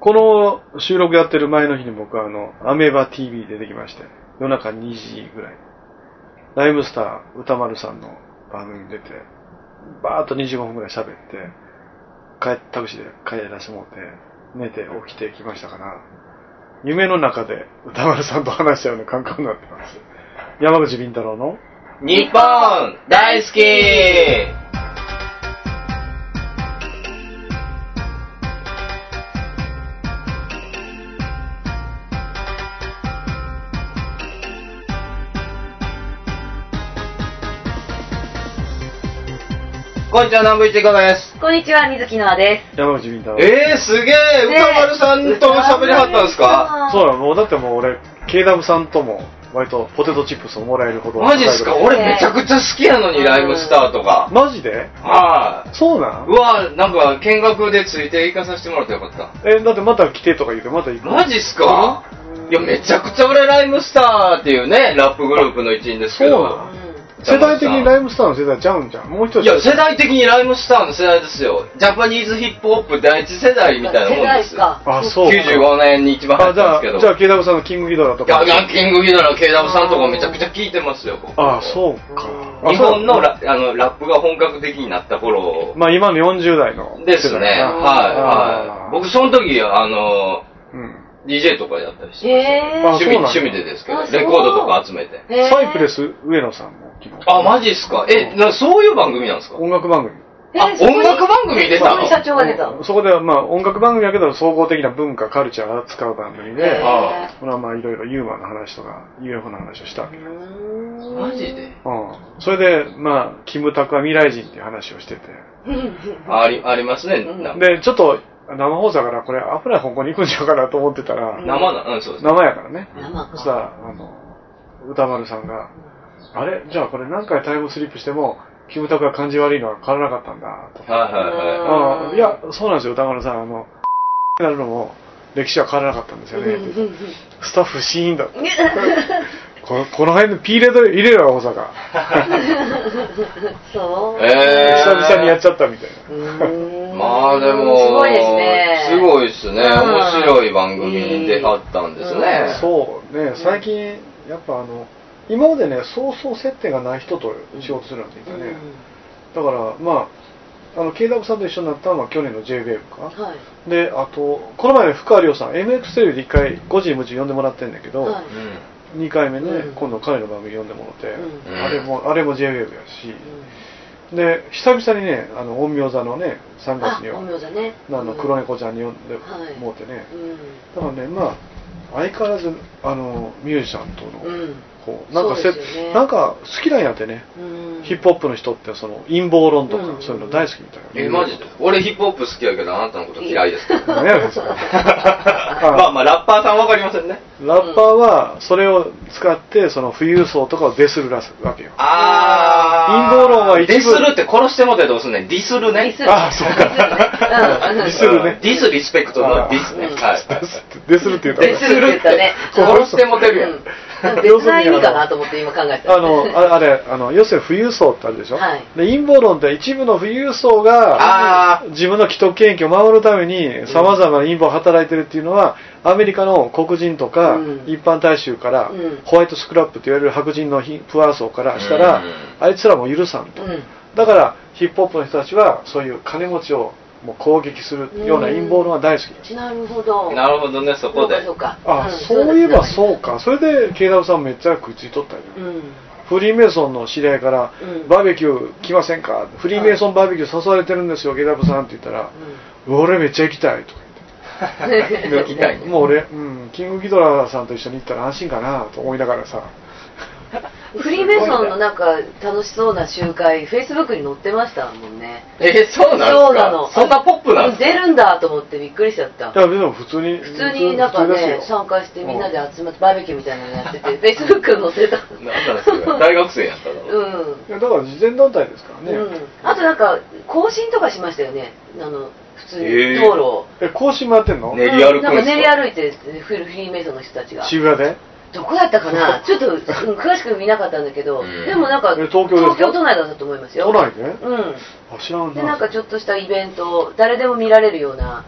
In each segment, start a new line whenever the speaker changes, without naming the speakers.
この収録やってる前の日に僕はあの、アメーバ TV 出てきまして、夜中2時ぐらい。ライムスター歌丸さんの番組に出て、バーっと25分ぐらい喋って、帰タクシーで帰らしてもって、寝て起きてきましたから、夢の中で歌丸さんと話したような感覚になってます。山口敏太郎の
日本大好きこんにちは、南部一孝です。
こんにちは、水木のあで
山口敏太郎。
えー、すげえ、
ね
歌丸さんと喋りはったんですか
す。
そう
う。
なの、もうだってもう俺、KW さんとも、割とポテトチップスをもらえるほど。
マジっすか俺めちゃくちゃ好きやのに、
ね
ライブスターとか。
マジで
はい。
そうなん
うわなんか見学でついて行かさせてもらってよかった。
え、だってまた来てとか言うて、また行く。
マジっすかいや、めちゃくちゃ俺ライムスターっていうね、ラップグループの一員ですけ
そう
ど。
なの世代的にライムスターの世代ちゃうんじゃん。もう一人。
いや、世代的にライムスターの世代ですよ。ジャパニーズヒップホップ第一世代みたいなもんです。
か。
あ、そうか。
95年に一番入
あ、
っ
じゃ
たん
あ、
ですけど。
じゃあ、KW さんのキングヒドラと
ガ
か。
ガンキングヒドラの KW さんとかめちゃくちゃ聞いてますよ、僕
あ、そうか。あ
日本
そ
の
う
ラあのラップが本格的になった頃
まあ今の40代の。
ですね。はい、はい。
僕、
僕、その時、あの、
うん。
DJ とかやったりして、
え
あ
ー。
趣
そうな
味、
んだ
趣味でですけど、
あそう
レコードとか集めて。
えー
サイプレス上野さんも昨日。
あ、マジっすかえ、なそういう番組なんですか
音楽番組。
えー
あ
そこに
音楽番組出たの
そこに社長が出たの。
そこではまあ音楽番組やけど総合的な文化、カルチャーを扱う番組で、
えー
あ
これはまあいろいろユーマの話とか UFO の話をしたわけ。
うーん
マジで
うん。それで、まあ、キムタクは未来人っていう話をしてて。
あり、ありますね。
ん
な
で、ちょっと生放送だからこれアフライ香港に行くんちゃうかなと思ってたら、
生な、うん、そうです。
生やからね。
生
そしたら、あの、歌丸さんが、あれじゃあこれ何回タイムスリップしても、キムタクが感じ悪いのは変わらなかったんだ、と。
はいはいは
ああいや、そうなんですよ、歌丸さん。あの、なるのも、歴史は変わらなかったんですよね。スタッフシーンだって。このこの辺の P レート入れろよ、大阪。
そう。
い。えー。
久々にやっちゃったみたいな。
うーん
まあでも、
すごいですね。
すごいですね。面
うん
白い番組に出はったんですね。
そうね、最近、やっぱあの、今までね、そうそう接点がない人と仕事するなんていうかね、だから、まあ、あの、KW さんと一緒になったのは去年の JWAVE か。
うんはい。
で、あと、この前、深川亮さん、MX テレビで1回、5時に夢中呼んでもらってんだけど、
は
うん。
い
2回目ね、
うん
今度彼の番組呼んでもらって、
うん
あれも、あれも JWAVE やし、で、久々にね、あの、陰陽座のね、3
あ
月に、は、
本名じゃね。
あの、黒猫ちゃんに呼んで
はい
もうてね、
う
だからね、まあ、相変わらず、あの、ミュージシャンとの、
ん。うん。
こうなんか
そ
せ、
うですよね
なんか好きなんやってね、
うん
ヒップホップの人ってその陰謀論とか、
うん
そういうの大好きみたいな。
え、マジで俺ヒップホップ好きやけど、あなたのこと嫌い です。
何やろそれ
まあまあ、ラッパーさんわかりませんね。
ラッパーはそれを使ってその富裕層とかをディスるらすわけよ。
あー。
陰謀論は一部
ディスるって殺してもってどうすんねん。ディスるね。
ディスる
あそうか
うん
ディスるね
ディスリスペクトのディスね。
あー
はい。
ディスるって言うた
ディスるって言ったね
殺してもてるやん。
うん別な意味かなと思って今考えた。
あの、ああれ、あの、要するに富裕層ってあるでしょ、
はい
で陰謀論って一部の富裕層
あ
が
ー
自分の既得権益を守るために様々な陰謀を働いてるっていうのは、アメリカの黒人とか、
うん
一般大衆から、
うん
ホワイトスクラップと言われる白人のひプアー層からしたら、
うん
あいつらも許さんと。
うん。
だから、ヒップホップの人たちは、そういう金持ちをもう攻撃するような陰謀論は大好きです。
なるほど。
なるほどね、そこで。
そうか。
あ、
ん
そういえばそう。か。それで、KW さんめっちゃ食いついとったよ。
だうん。
フリーメイソンの知り合いから、
うん
バーベキュー来ませんかフリーメイソンバーベキュー誘われてるんですよ、ゲダブさんって言ったら、俺めっちゃ行きたいとか
うん
言っ
行
て。
きたいね。
もう俺、うん、キングギドラさんと一緒に行ったら安心かなと思いながらさ、
フリーメイソンのなんか楽しそうな集会、フェイスブックに載ってましたもんね。
えー、そうなんですか
そうなの。
そんなポップなんですか
出るんだと思ってびっくりしちゃった
い。や、でも普通に、
普通になんか
普通で
ね
すよ
参加してみんなで集まってバーベキューみたいなのやっててフェイスブック載せた
なんなんそれ大学生やったの、
うん
いやだから慈善団体ですからね、
うん、あとなんか更新とかしましたよねあの普通に
へー
道路を、
え、更新もやってんの、
ね練り歩くんですか
うんなんか練り歩いてフルフリーメイソンの人たちが
渋谷で
どこだったかなちょっと、うん詳しく見なかったんだけど、
うん
でもなんか
え東京ですか
都内だったと思いますよ
都内で
うん
あ、知らん
で
な。
なんかちょっとしたイベント誰でも見られるような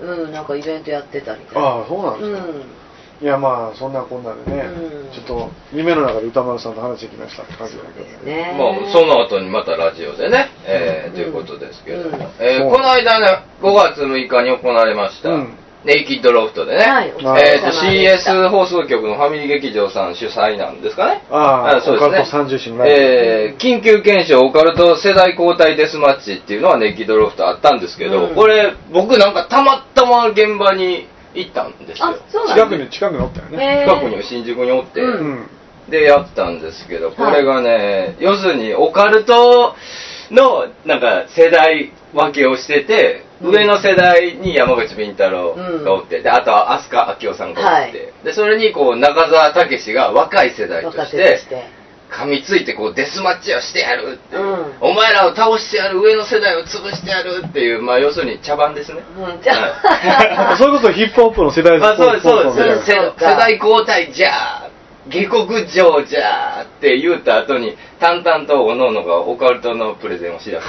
うん、なんかイベントやってたみたいな。
ああ、そうなん
う
ですか。
ん。
いや、まあ、そんなこんなでね、
うん
ちょっと、夢の中で歌丸さんと話してきましたって感じだけどね。
ね。
まあ、その後にまたラジオでね、えーということですけれども、
うん
えー
そう
この間ね、5月6日に行われました、
うん
ネイキッドロフトでね、
はい
えーと
お疲れ様でした
CS 放送局のファミリー劇場さん主催なんですかね。
ああ
そうですね。
オカルト三重師のライブ
えー緊急検証オカルト世代交代デスマッチっていうのはネイキッドロフトあったんですけど、
うん
これ、僕なんかたまたま現場に行ったんですよ
あ。、そうなん
近く
だ
に、近くにおったよね。
へー
近くに新宿におって、
うん
うん。
でやったんですけど、これがね、要するにオカルトのなんか世代分けをしてて、
うん
上の世代に山口敏太郎がおって、であとは飛鳥明夫さんがおって、でそれにこう中澤武史が若い世代と
若
し
手と
て
して。
噛みついてこうデスマッチをしてやるっていう、
うん
お前らを倒してやる上の世代を潰してやるっていう、まあ、要するに茶番ですね。
うん、じゃ
あ
あ、
それこそヒップホップの世代
まあそうです、そう
放送
で
みたいな
す。世
そうか
世代交代じゃあ、下克上じゃあって言うた後に、淡々とおのおのがオカルトのプレゼンをしだす。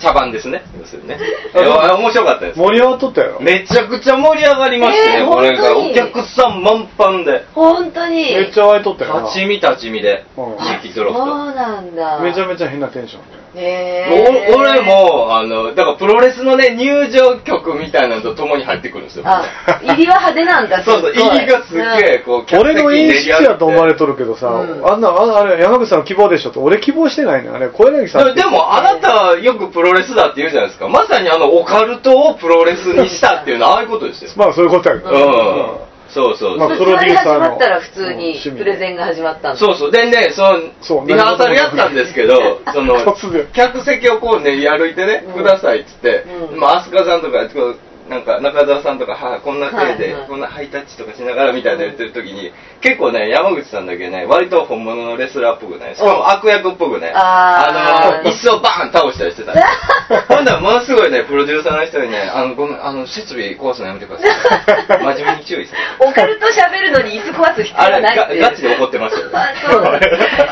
茶番ですね、要するにね。いや面白かったです。
盛り上がっとったよ。
めちゃくちゃ盛り上がりましてね、
えー
これが。
本
お
当に
客さん満帆 で、
本当に。
めっちゃ湧いとったよな。
立ち見立ち見で、
うん
地域ドロ
そう
フト。
なんだ。
めちゃめちゃ変なテンションで。
へ
もう
え
お俺。も、あの、だからプロレスのね、入場曲みたいなのと共に入ってくるんですよ。
あ、入りは派手なんだ。
そうそう、
すっごい
入りがすっげえ、こう、
俺の演出やと思われ
て
とるけどさ、
うん
あんな、ああれ、山口さん希望でしょって、俺希望してないねんあれ、小柳さんって。
でも、あなたよくプロレスだって言うじゃないですか。まさにあの、オカルトをプロレスにしたっていうのは、ああいうことですよ。
まあ、 そういうことやけ
う
ど。
ん。そうそう
ま
う
あ
ん。
そ。
そ
プ
うそ
ロデ
れ
ュー
が
サーの
始まったら普
う
通
ん
に
趣味
プレゼンが始まったんだ。
そうそう。でね、そ
そう
の、リハーサルやったんですけど、その
突然、
客席をこう練り歩いてね、
うん
くださいってって
う、ん
まあ、飛鳥さんとか、こうなんか中澤さんとか、はあこんな手
はい
で
は、い
こんなハイタッチとかしながらみたいなの言ってる時に、結構ね、山口さんだけね、割と本物のレスラーっぽくないしかも悪役っぽくね、
あー
あの、椅子をバーン倒したりしてた。 ほんなら、ものすごいね、プロデューサーの人にね、あの、ごめん、あの、設備壊すのやめてください。 真面目に注意する。
オカルト喋るのに椅子壊す必要
あれ、
ないっていう。
ガガチで怒ってましたよ。
あ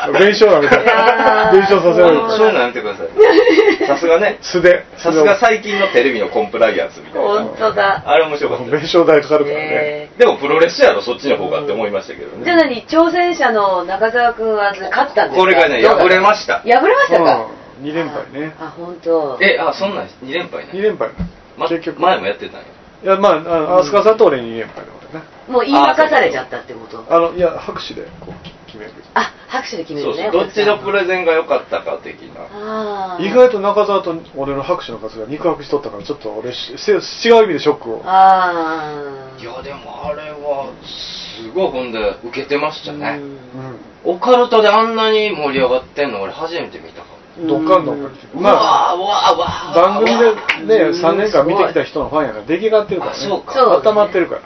そう
弁償なみたいな。弁
いやー
償させ
そ
ら
う
れ
いう
る。
のやめてください。さすがね、
素手。
さすが最近のテレビのコンプライアンスみ たいな。
本当だ。
あれ面白かった
弁
です。
償代かかるからね。
え
でもプロレスやろ、そっちの方がって思いましたけど
ーじゃあ
ね。
何挑戦者の中澤君は勝ったんですか
これがね、
どうだ
破れました。
破れましたか
うん。2連敗ね。
あ、本当。
え、あ、そんなん2連敗
2
ね。
連敗。
ま
結局。
前もやってたんや。
いや、まあ、あ飛鳥さんと俺に2連敗だからね。
もう言い任されちゃったってこと
あの、いや、拍手でこうき決める。
あ、拍手で決め
そう
る
そ
ね。
う、どっちのプレゼンが良かったか的な。
あー
意外と中澤と俺の拍手の数が肉薄しとったから、ちょっと俺、しせ違う意味でショックを。
あ
いや、でもあれは、すごいほんで、受けてました
あ。
ね。
う
オカルトであんなに盛り上がってんの、俺初めて見たかも。
ん。どっかんどっかん来て
う
まあ、
わー、うわー、うわー。
番組でね、
うん
3年間見てきた人のファンやから、出来上がってるから
あそう
ね。
か
そう
温まってるから。
う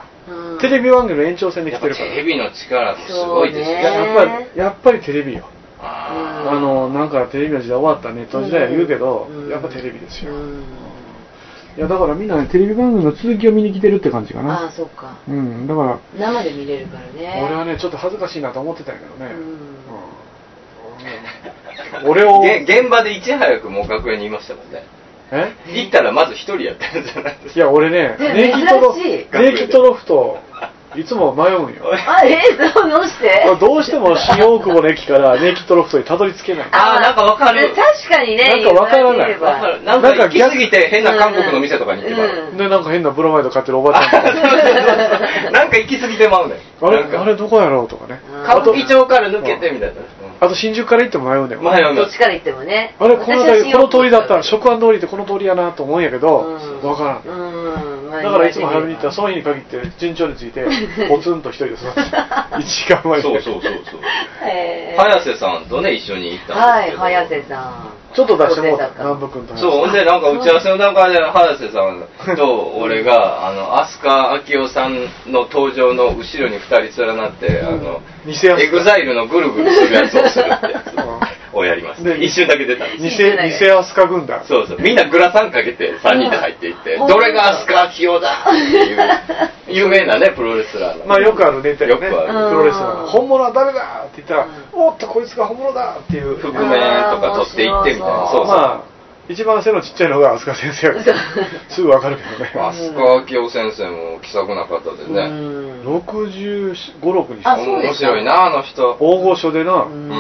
ん
テレビ番組の延長戦で
や
来
ってぱ
るから。
テレビの力もすごいです
い
ね
や
そう
や
ね
っぱり、やっぱりテレビよ。
あ
うん
あの、なんかテレビの時代終わった、ネットの時代は言うけど、
うん
やっぱテレビですよ。
うん
いや、だからみんなねテレビ番組の続きを見に来てるって感じか
あ
な。
あ、そっか。
うん、だから、
生で見れるからね。
俺はね、ちょっと恥ずかしいなと思ってたんやけどね。
うん
うん俺を、
ーげ現場でいち早くもう学園にいましたもんね
え
行ったらまず一人やったんじゃないです
いや、俺ね、
ね
ネイキッドロフ
珍しい
ト、ネイキッドロフト、いつも迷うんよ。
か
あ、えそうどうして
どうしても新大久保の駅からネイキッドロフトにたどり着けない。
あーなんかわかる
確かにね。
なんかわからない
言
わ
わ
か
れてみれば
るなんか行き過ぎて変な韓国の店とかに行ってまう、
うん
で、なんか変なブロマイド買ってるおばちゃんとか
なんか行き過ぎてまうね
あ
なん
れ、
か
あれどこやろうとかね。
うん
歌舞伎町から抜けてみたいな、
あと新宿から行っても迷うねん。
前
どっちから行ってもね。
あれ、この辺り、
私
こ
は
の通りだったら、食安通りってこの通りやなと思うんやけど、
うん
わからん。
うん。まあ
だからいつも早めに行ったら、
そ
その日に限って順調について、ポツンと一人で座って、1時間前に。
そうそうそうそう
う。へー
早瀬さんとね一緒に行ったん
は
です
い、
けど
早瀬さん。
ちょっと出しても
高
らっ
低差
た、
か
南部君と話して
そう、ほんで、なんか打ち合わせの中で、早瀬さんと俺が、あの、飛鳥明夫さんの登場の後ろに二人連なって、あの、
偽
エグ
アス
ザイルのぐるぐるするやつをするってや つをやりました。
で
一瞬だけ出たんです
偽、偽アスカ軍団。
そうそう、みんなグラサンかけて3人で入っていって、
うん
どれが飛鳥明夫だ っていう、有名なね、プロレスラーの。
まあよくあるネタよね。
よ
プ
くある
ロレスラー
う
が。
ん
本物は誰だって言ったら、
うん
おっとこいつが本物だっていう。
覆面
ま
とか取っていってみたいな。
あー
そうそう。
あ、一番背のちっちゃいのが飛鳥先生やからすぐわかるけどね。
まあ、須賀明夫先生も気さくな方で
う
ね。
ん。
65、6にして
あそうで
面
すか
白いな、あの人。
大御所でな、
う
こん
ん
な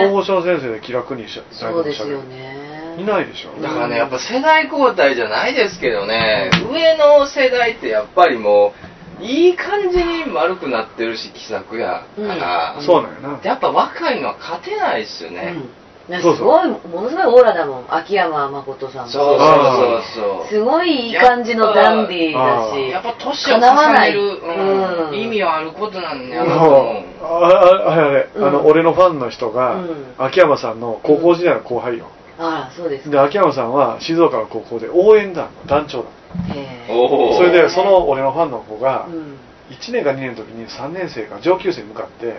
大
ね
御所の先生で気楽にしゃ
そうです
る
よ。ね。
いないでしょ。
だからね、やっぱ世代交代じゃないですけどね、上の世代ってやっぱりもう、いい感じに丸くなってるし、気さくやから、
うん
そうなんやな。
やっぱ若いのは勝てないっすよね。
うんねす
そうそ
ごい、ものすごいオーラだもん。秋山誠さんも
そう
あ
そうそうそう。
すごいいい感じのダンディ
あー
やっ
だ
ぱ年を重ねる、
叶わない
うん
うん
意味はあることなんや
あ
なと思う。
ああれあれ、
うん
あの、俺のファンの人が、
うん
秋山さんの高校時代の後輩よ。
し。あら、そうです
で、
か。
秋山さんは静岡の高校で応援団の団長だ。
へー
おー
それで、その俺のファンの子が
う、ん。
1年か2年の時に3年生が上級生に向かって、
はい。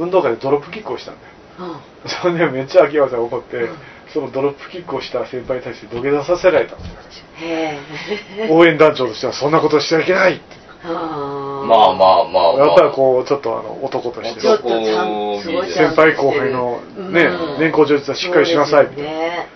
運動会でドロップキックをしたんだよ。
あ
それでめっちゃ秋山さん怒って、そのドロップキックをした先輩に対して土下座させられたんだよ。
へえ。
応援団長としてはそんなことしちゃいけないって。
あー
まあまあまあ、まあ。
やったらこう、ちょっとあの、男として
ちょっとちゃんすごいちゃん
先
と
輩後輩のね
うん
年功序列はしっかりしなさい
そうですよね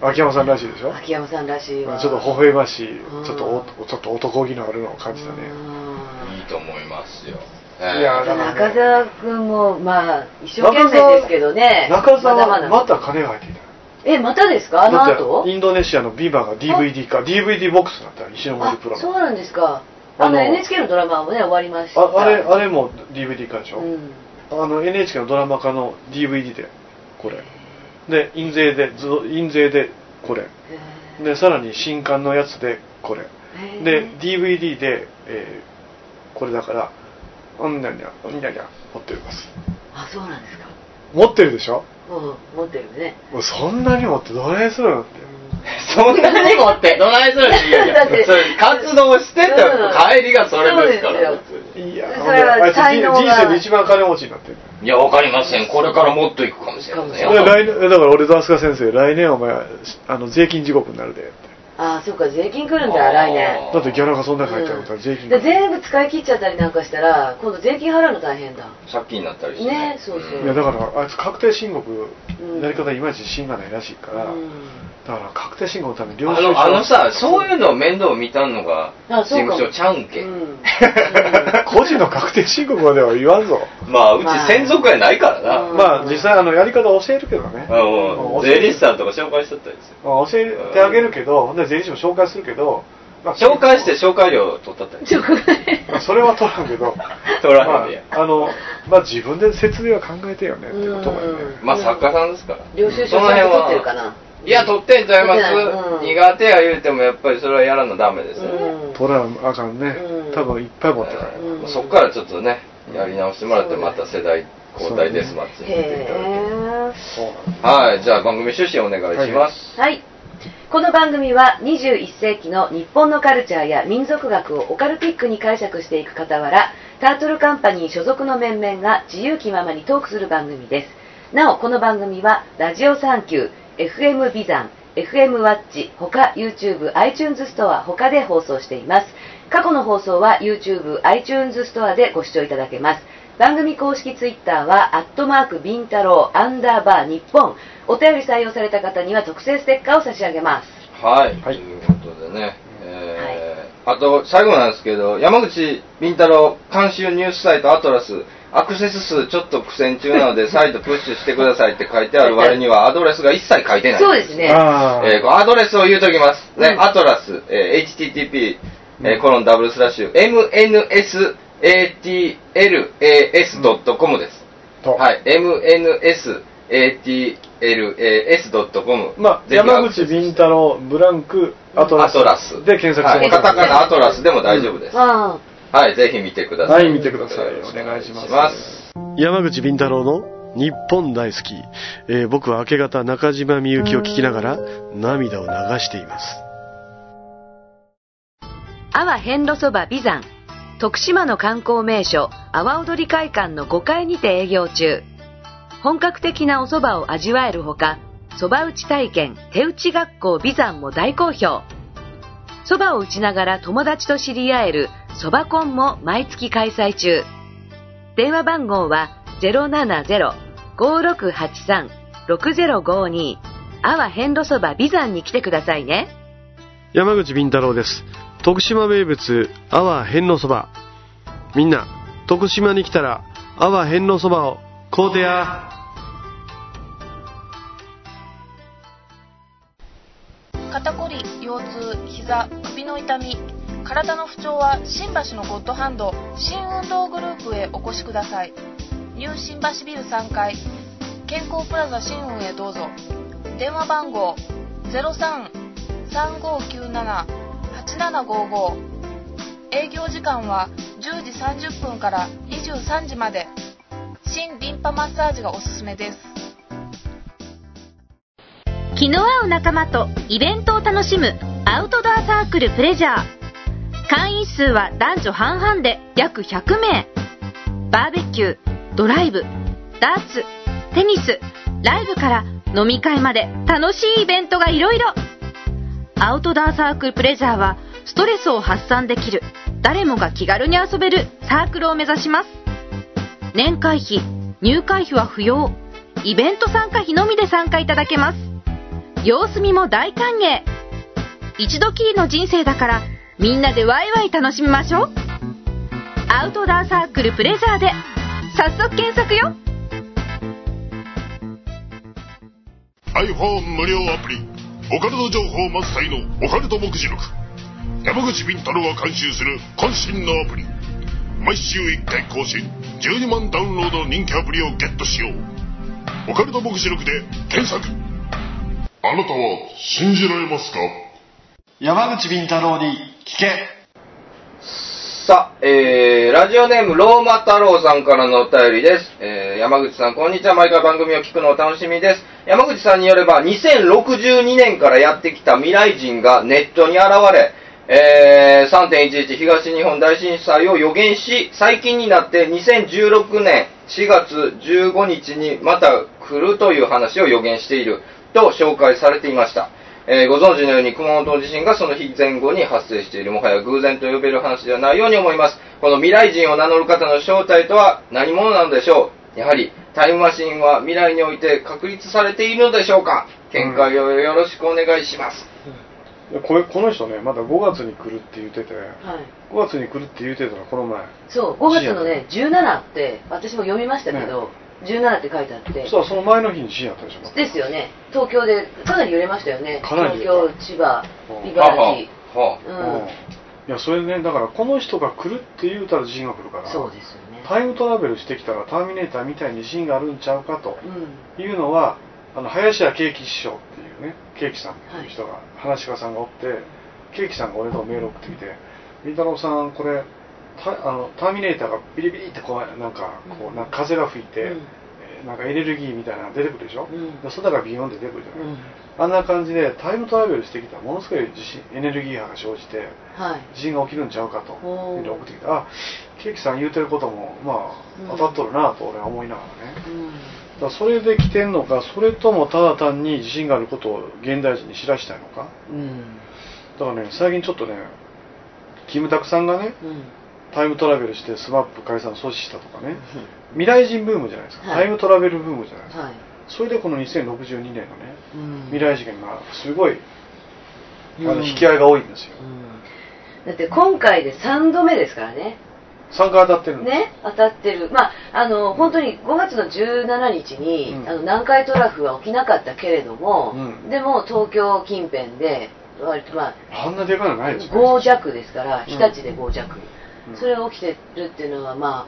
秋山さんらしいでしょ
秋山さんらしいわ
ちょっと微笑ましい
うん、
ちょっとおちょっと男気のあるのを感じたね。
いいと思いますよ。
いや
ええ
中澤君もまあ一生懸命ですけどね
中澤
まだ
は
ま
また
だ
金が入っていた。
えまたですかあの後
だってインドネシアのビバが DVD 化、DVD ボックスになったよ石森
あ
プロ
そう
の。
なんですかあの
あの
NHK のドラマもね終わりました
ああれ、あれも DVD 化でしょ、
うん
あの NHK のドラマ化の DVD で、これ。で、印税で、ず印税で、これ。
へ
で、さらに新刊のやつで、これ。
ー
で
へ、
DVD で、えーこれだから、あんにゃにゃ、あんにゃにゃ、持ってます。
ーあそうなんですか
持ってるでしょ
うん持ってるね
もうそんなに持ってどないするのって。
そんなに持ってどないするんですよいや
だって
それ活動してた
うん
帰りがそれですから。
そうですよ
別に
いや、
それは
あいつ
才能
人
が
生で一番金持ちになってる。
いや、わかりません。これからもっといくかもしれません
い
よ。
や来年だから俺と飛鳥先生、来年お前、あの税金地獄になるでって。
あーそうか税金来るんだ来年
だってギャラがそんな書いてあるから税金が
で全部使い切っちゃったりなんかしたら今度税金払うの大変だ
借金になったりして。
ねそうそう
いやだからあいつ確定申告
ん
やり方いまいち自信がないらしいから、
うん
だから確定申告のために領
あ
収
の、あのさ、
書
そういうのを面倒見たんのが、
あ
事
そう
務
かも
所ちゃうんけ。
うんうん
個人の確定申告までは言わんぞ、
まあ、う
まあ
ち専属やないからな。
うん
まあ実際あのやり方教えるけどね、
うんうん。税理士さんとか紹介しとったりする。
まあ教えてあげるけど、ほんで税理士も紹介するけど、まあ
紹介して紹介料取ったったりす
ち
る。
ょっとね
まあそれは取らんけど
取らんでや。
まあ、あのまあ自分で説明は考えてよねってことだよね、
うん
まあ、作家さんですから。
領収書ち
その
ゃん
辺
と取ってるか
は。
ない
や、取ってんちゃいま
取ってない
す。
うん
苦手や言うても、やっぱりそれはやらなダメですよね。
うん
取らんあかんね、
うん
多分いっぱい持って帰る、
うん
そこからちょっとね、やり直してもらって、
そうだ
ま
ね
た世代交代デスマッチに出ていただける
へ
そうなんです
はい、じゃあ番組趣旨お願いします。
えはいこの番組は21世紀の日本のカルチャーや民族学をオカルティックに解釈していく傍らタートルカンパニー所属の面々が自由気ままにトークする番組ですなおこの番組はラジオサンキュー FM ビザン FM ワッチ他 YouTube、iTunes ストア他で放送しています過去の放送は YouTube、iTunes ストアでご視聴いただけます番組公式 Twitter はアットマークビンタロウアンダーバー日本お便り採用された方には特製ステッカーを差し上げます
はい、
はい
ということでね、えーあと最後なんですけど、山口敏太郎監修ニュースサイトアトラス、アクセス数ちょっと苦戦中なので、サイトプッシュしてくださいって書いてある割には、アドレスが一切書いてない。
そうですね
あー
えーこうアドレスを言うときます。ね、
うん
アトラス、えー http、えー
うん
コロンダブルスラッシュ、mnsatlas.com です。
と
はい、mnsatlas.com。
まあ、
ぜひ
山口敏太郎、ブランク、アトラ
ア
ス
トラス。
で検索して
はい
もら
カ
った
タ
ら
カナアトラスでも大丈夫です。
あ
はい、ぜひ見てください。
はい見てください
よろ
お
く
願いし山口敏太郎の日本大好き、えー僕は明け方中島みゆきを聞きながら涙を流しています
阿波遍路そば美山徳島の観光名所阿波踊り会館の5階にて営業中本格的なお蕎麦を味わえるほか蕎麦打ち体験手打ち学校美山も大好評蕎麦を打ちながら友達と知り合える蕎麦コンも毎月開催中電話番号は070-5683-6052
阿波遍路そば美山に来てくださいね
山口敏太郎です徳島名物阿波遍路そばみんな徳島に来たら阿波遍路そばを買うてや
肩こり腰痛膝首の痛み体の不調は新橋のゴッドハンド新運動グループへお越しくださいニュー新橋ビル3階健康プラザ新運へどうぞ電話番号0335978755営業時間は10時30分から23時まで新リンパマッサージがおすすめです
気の合う仲間とイベントを楽しむアウトドアサークルプレジャー会員数は男女半々で約100名バーベキュードライブダーツテニスライブから飲み会まで楽しいイベントがいろいろアウトドアサークルプレジャーはストレスを発散できる誰もが気軽に遊べるサークルを目指します年会費入会費は不要イベント参加費のみで参加いただけます様子見も大歓迎一度きりの人生だからみんなでワイワイ楽しみましょうアウトドアサークルプレジャーで早速検索よ
iPhone 無料アプリオカルト情報満載のオカルト目次録山口敏太郎が監修する渾身のアプリ毎週1回更新12万ダウンロードの人気アプリをゲットしようオカルト目次録で検索あなたは信じられますか
山口敏太郎に聞け
さあ、えー、ラジオネームローマ太郎さんからのお便りです。えー、山口さん、こんにちは。毎回番組を聞くのを楽しみです。山口さんによれば、2062年からやってきた未来人がネットに現れ、えー、3.11東日本大震災を予言し、最近になって2016年4月15日にまた来るという話を予言していると紹介されていました。えーご存知のように熊本地震がその日前後に発生しているもはや偶然と呼べる話ではないように思いますこの未来人を名乗る方の正体とは何者なのでしょうやはりタイムマシンは未来において確立されているのでしょうか見解をよろしくお願いします、
これこの人ねまだ5月に来るって言ってて
はい
5月に来るって言うてたのこの前
そう5月のね17って私も読みましたけど、17って書いてあって
そうその前の日に地震やったでしょ
ですよね東京でかなり揺れましたよね
かなり
東京千葉
うん
はあ
茨城
は
う、
うんいやそれねだからこの人が来るって言うたら地震が来るから
そうですよね
タイムトラベルしてきたらターミネーターみたいに地震があるんちゃうかと
うん
いうのはあの林家ケーキ師匠っていうねケーキさんっていう人が、話し家さんがおってケーキさんが俺のメール送ってきて「り太郎さんこれタあのターミネーターがビリビリってこうなんかこうなんか風が吹いて、
うん
えーなんかエネルギーみたいなのが出てくるでしょ、
うん
で空がビヨンって出てくるじゃない、
うん
あんな感じでタイムトラベルしてきたらものすごい地震エネルギー波が生じて
はい
地震が起きるんちゃうかと
おー
いうふうに送ってきてあケーキさん言うてることもま
うん
あ当たっとるなと俺は思いながらね、
うん
だからそれで来てんのかそれともただ単に地震があることを現代人に知らしたいのか
うん
だからね最近ちょっとねキムタクさんがね
うん
タイムトラベルして SMAP 解散阻止したとかね未来人ブームじゃないですか、タイムトラベルブームじゃないですか、
はい
それでこの2062年のね
うん
未来人がすごいあ
う
の
ん
引き合いが多いんですよ、
うんだって今回で3度目ですからね
3回当たってるんです
ね、当たってる、まあ、あの本当に5月の17日に、
うん
あの南海トラフは起きなかったけれども、
うん
でも東京近辺で割と、まあ、
あんなでかいのないですよ
5弱ですから、
ん
日立で5弱、
うん
それが起きてるっていうのは、ま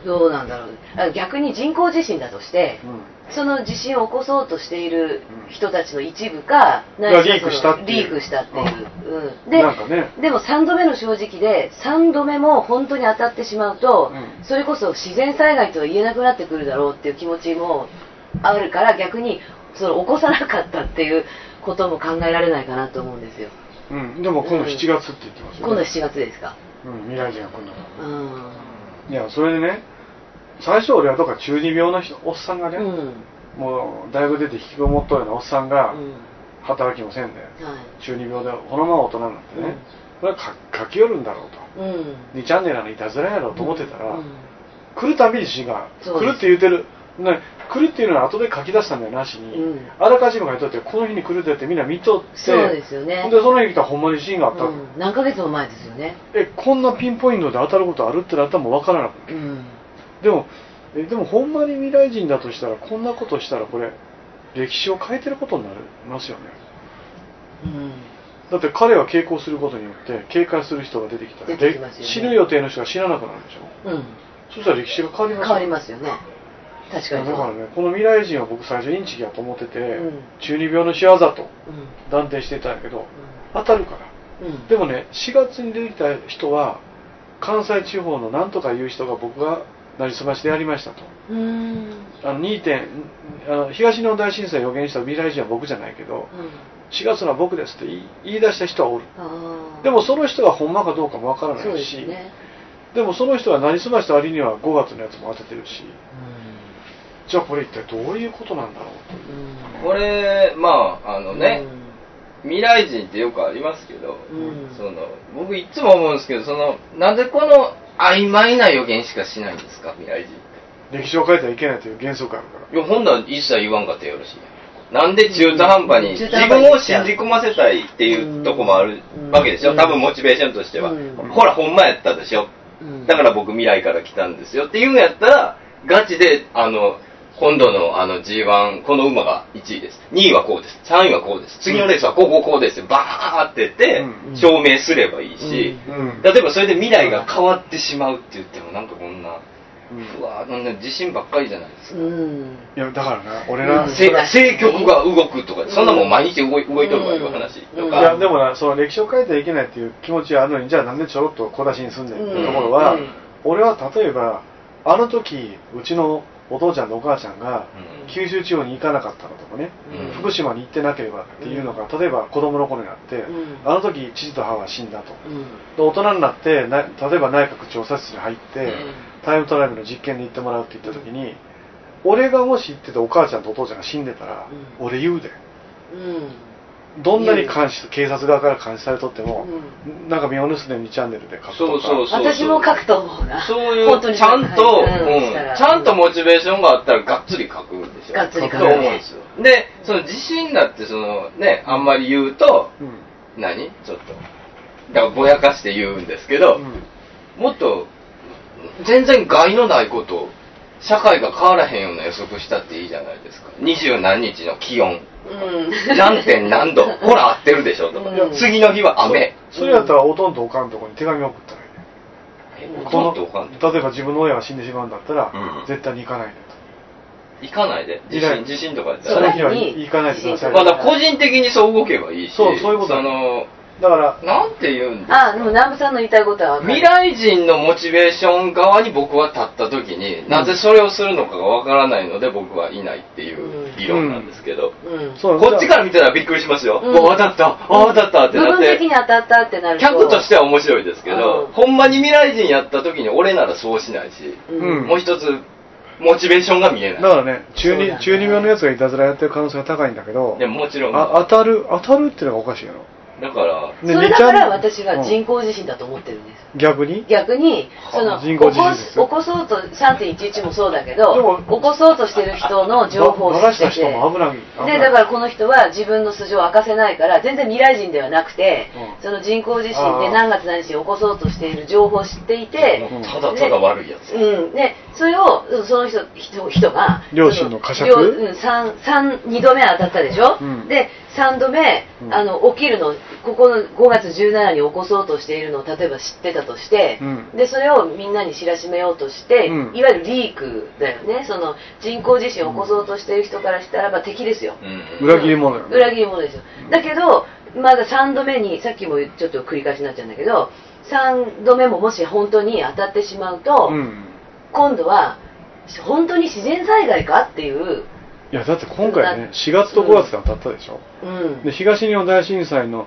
あ、どうなんだろうあ逆に人工地震だとして、
うん
その地震を起こそうとしている人たちの一部か、
が
ないし
リ
は
ークしたってい
その
う
リークしたっていう、うん
なんかね
でも3度目の正直で3度目も本当に当たってしまうと、
うん
それこそ自然災害とは言えなくなってくるだろうっていう気持ちもあるから逆にその起こさなかったっていうことも考えられないかなと思うんですよ
うん、でも今度7月って言ってますよ、ね
今度7月ですか
うん、未来人が今度
うん、
いやそれでね最初俺はとか中二病の人おっさんがね、
うん
もう大学出て引きこもっとるようなおっさんが
うん
働きもせんで、
はい
中二病でこのまま大人になってね、これはか書き寄るんだろうと
うん
2チャンネルのいたずらやろうと思ってたら、
うん
来るたびに死が
そ
来
うです
るって言うてる、ね、来るっていうのは後で書き出したんだよなしに、
うん
あらかじめ書いとってこの日に来るってってみんな見とって
そうですよね
ほんでその日来たらほんまにシーンがあったの、
うん、何ヶ月も前ですよね。
えこんなピンポイントで当たることあるってなったらもう分からなく
うん。
でもえでもほんまに未来人だとしたらこんなことしたらこれ歴史を変えてることになりますよね
うん。
だって彼は傾向することによって警戒する人が出てきたら
出てきますよね
で死ぬ予定の人が死ななくなるでしょ
うん。
そしたら歴史が変わり
変
ます
わりますよね。確か
だ
に
か
そう。
らねこの未来人は僕最初インチキやと思ってて、
うん
中二病の仕業と
うん。
断定してたんやけど当たるから
うん。
でもね4月に出てきた人は関西地方のなんとかいう人が僕がなりすましでやりましたと
うん。うん。
あの2点あの東日本大震災を予言した未来人は僕じゃないけど4月のは僕ですって言い言い出した人はおる
ああ。
でもその人がほんまかどうかもわから
そう
な
で
い
す
し
ね。
でもその人はなりすました割には5月のやつも当ててるしじゃあこれ一体どういうことなんだろうという
これ、まあ、あのね、未来人ってよくありますけど、
うん
その僕いつも思うんですけどそのなぜこの曖昧な予言しかしないんですか未来人っ
歴史を変えてはいけないという原則があるから
ていや本来一切言わんかったらよろしいやんなんで中途半端に
うん中
自
途半端に
分を信じ込ませたいっていうとこもある
うん
わけでし
う
ょ
ん
多分モチベーションとしては、
うん
ほらほんまやったでしょ
うん。
だから僕未来から来たんですよっていうんやったらガチであの今度のあの G1 この馬が1位です2位はこうです3位はこうです次のレースはこうこうこうですってバーってって
うん
証明すればいいし、
うん
例えばそれで未来が変わってしまうって言ってもなんかこんな
うん
うわーなんな自信ばっかりじゃないですか、
うん。
いやだからな俺な、
うん
い
せ政局が動くとかそんなもん毎日動い動いとるわいう話とか、
やでもなその歴史を変えてはいけないっていう気持ちはあるのにじゃあなんでちょろっと小出しにすんねんっていうところは、
うん
俺は例えばあの時うちのお父ちゃんとお母ちゃんが
うん
九州地方に行かなかったのとかね、
うん
福島に行ってなければっていうのが例えば子供の頃にあって、
うん
あの時父と母は死んだと、
うん。
で大人になってな例えば内閣調査室に入って、
うん
タイムトライブの実験に行ってもらうって言った時に、俺がもし行っててお母ちゃんとお父ちゃんが死んでたら、
う
俺言うで
うん。
どんなに監視警察側から監視されとっても、
う
なんか「ミオヌスで2チャンネル」で書くとか
そうそうそう
私も書くと思うな。
そうい
本当
う、
に
ちゃんと、
はい
うん
したら
ちゃんとモチベーションがあったら、がっつり書くんですよ。
がっつり書く
と思うんですよ。で、その自信だって、そのね、あんまり言うと、
うん
何ちょっと。だからぼやかして言うんですけど、
うん
もっと、全然害のないこと、社会が変わらへんような予測したっていいじゃないですか。二十何日の気温、
うん。
何点何度、ほら合ってるでしょとか
うん、
次の日は雨。
それやったらおとんとおかんとこに手紙送ったらいいね
え
うん
ほとんどかんと
例えば自分の親が死んでしまうんだったら、
うん
絶対に行かないで
行かないで。地震、地震とかやっ
と
た
そ
ら
の日は行かないでください
まあだから個人的にそう動けばいいし、
そうそういうことだ
の、
だから
なんて言うんですか
あ、でも南部さんの言いたいことはわかる
未来人のモチベーション側に僕は立った時に、なぜそれをするのかがわからないので僕はいないっていう理論なんですけど、
うん。
そう
こっちから見たらびっくりしますよ。
うん
もう当たった、あ当たったって
部
なっ
分的に
て、
当たったってなると。
客としては面白いですけど
うん、
ほんまに未来人やった時に俺ならそうしないし、
うん
もう一つ、モチベーションが見え
だ
な
からね中
そう
二
だね
中二病のやつがいたずらやってる可能性が高いんだけど
い。でももちろん、だ
あ当たる当たるっていうのがおかしいやろ
から、
それだから
二ち
私
ゃん
は人
うん
工地震だと思ってるんです。
逆に
逆に、その、起
人
こ
工
す
地震ですよ
起こそうと、3.11もそうだけ
で
ど
も、
起こそうとしてる人の情報を
ば
知
ばら
っ
した
て
人
て、
も危ない危ない
で、だからこの人は自分の素性を明かせないから、全然未来人ではなくて、
うん
その人工地震
あ
で
ー
何月何日に起こそうとしている情報を知っていて、
もうただただ悪いやつ。
うん、でそれをその人人人が
両親の呵責
その両うん、三三二度目当たったでしょ、
うん
で3度目、
うん
あの起きるのここの5月17に起こそうとしているのを例えば知ってたとして、
うん
でそれをみんなに知らしめようとして、
うん
いわゆるリークだよねその人工地震を起こそうとしている人からしたらば敵ですよ、
うん
裏切り者よね
裏切り者ですよだけどまだ3度目にさっきもちょっと繰り返しになっちゃうんだけど3度目ももし本当に当たってしまうと、
うん
今度は本当に自然災害かっていう、
いやだって今回ね
だ
4月と5月が当たったでしょ
うん
で東日本大震災の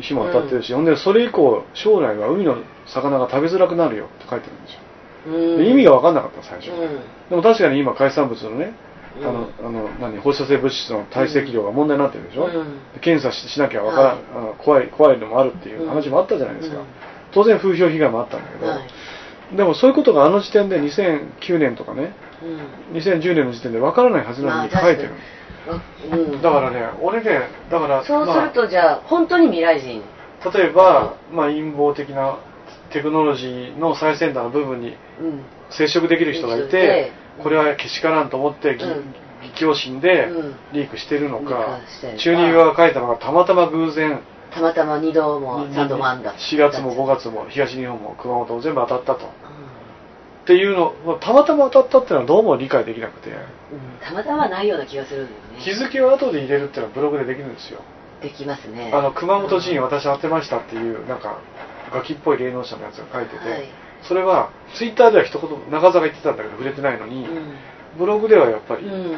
日も当たってるし、ほんでそれ以降将来は海の魚が食べづらくなるよって書いてるんですよ、
うん
で意味が分かんなかった最初、
うん
でも確かに今海産物のねあ
うん
の、あの何放射性物質の堆積量が問題になってるでしょ、
うん
で検査ししなきゃわからん、あの怖い怖いのもあるっていう話もあったじゃないですか、
うん
当然風評被害もあったんだけど、
はい
でもそういうことがあの時点で2009年とかね、
うん
2010年の時点でわからないはずなのに書いてる。
わうん
だからね、俺ね、だから、
そうす
まあ
るとじゃあ本当に未来人
例えば、まあ、陰謀的なテクノロジーの最先端の部分に
うん
接触できる人がい
人
て
で、
これはけしからんと思って、ぎ
うん
義教心で
うん
リークしてるのか
リークしたり、とか
中二側が書いたのがたまたま偶然、
たまたま2度も3度もあんだ
4月も5月も東日本も熊本も全部当たったと。っていうの、まあたまたま当たったっていうのはどうも理解できなくて、
うんたまたまないような気がするんだよね
日付を後で入れるっていうのはブログでできるんですよ。
できますね
あの熊本人私当てましたっていうなんかガキっぽい芸能者のやつが書いてて、
はい
それはツイッターでは一言中澤が言ってたんだけど触れてないの
う
に、
ん
ブログではやっぱ
う
り
ん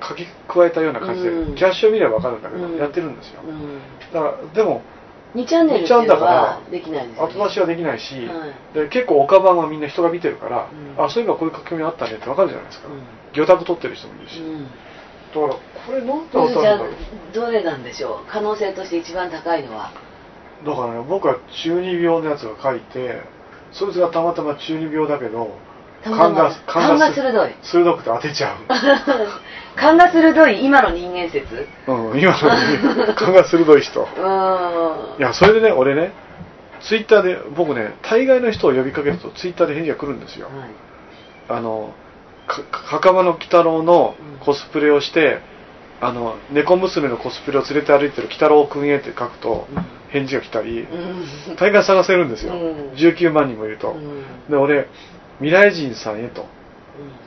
書き加えたような感じで、
うん
キャッシュを見れば分かるんだけど、
うん
やってるんですよ、
うん
だからでも
2チャンネルっていうのはできないですよね
後出しはできないし、
はい
で結構岡場はみんな人が見てるから、
うん
あそういえばこういう書き込みあったねって分かるじゃないですか、
うん
魚拓取ってる人もいるし、
うん
だからこれなんで当たるん
じゃ
だ
あ
ろう
どれなんでしょう可能性として一番高い のは
だからね僕は中二病のやつが書いてそいつがたまたま中二病だけど
たまた
勘
ま
が
勘が鋭い
鋭くて当てちゃ
勘が鋭い今の人間説う
う、うん、今のに勘が鋭い人
ーん
いやそれでね俺ねツイッターで僕ね大概の人を呼びかけるとツイッターで返事が来るんですよ、
はい
あのか袴の鬼太郎のコスプレをして、あの猫娘のコスプレを連れて歩いてる鬼太郎くんへって書くと
うん
返事が来たり、
うん
大概探せるんですよ、
うん
19万人もいると、
うん
で俺未来人さんへと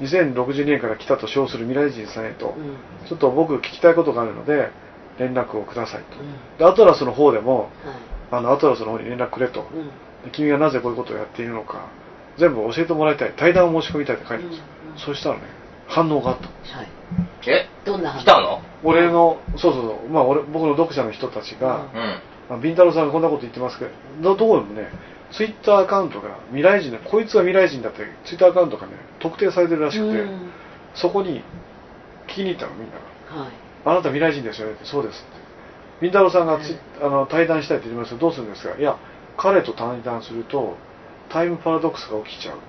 2062年から来たと称する未来人さんへと、
うんうん
ちょっと僕聞きたいことがあるので連絡をくださいと、
うん
でアトラスの方でも
はい
あのアトラスの方に連絡くれと、
うん
で君がなぜこういうことをやっているのか全部教えてもらいたい対談を申し込みたいって書いてるんですよ、
うんうん
そしたらね反応があった
はい
え
どんな話
来たの
俺のそうそうそう、まあ、俺僕の読者の人たちが、
うん。
まあ、ビンタロウさんがこんなこと言ってますけどどこでもねツイッターアカウントが未来人でこいつは未来人だってツイッターアカウントがね特定されてるらしくて、
うん
そこに聞きに行ったのみんなが
はい
あなた未来人ですよねって、そうですって。ビンタロウさんがツイあの対談したいって言いましたどうするんですかいや、彼と対談すると、タイムパラドックスが起きちゃう。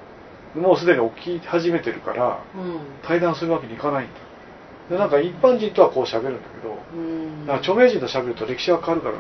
もうすでに起き始めてるから、
うん
対談するわけにいかないんだ。で、なんか一般人とはこう喋るんだけど、
うん
なんか著名人と喋ると歴史が変わるから、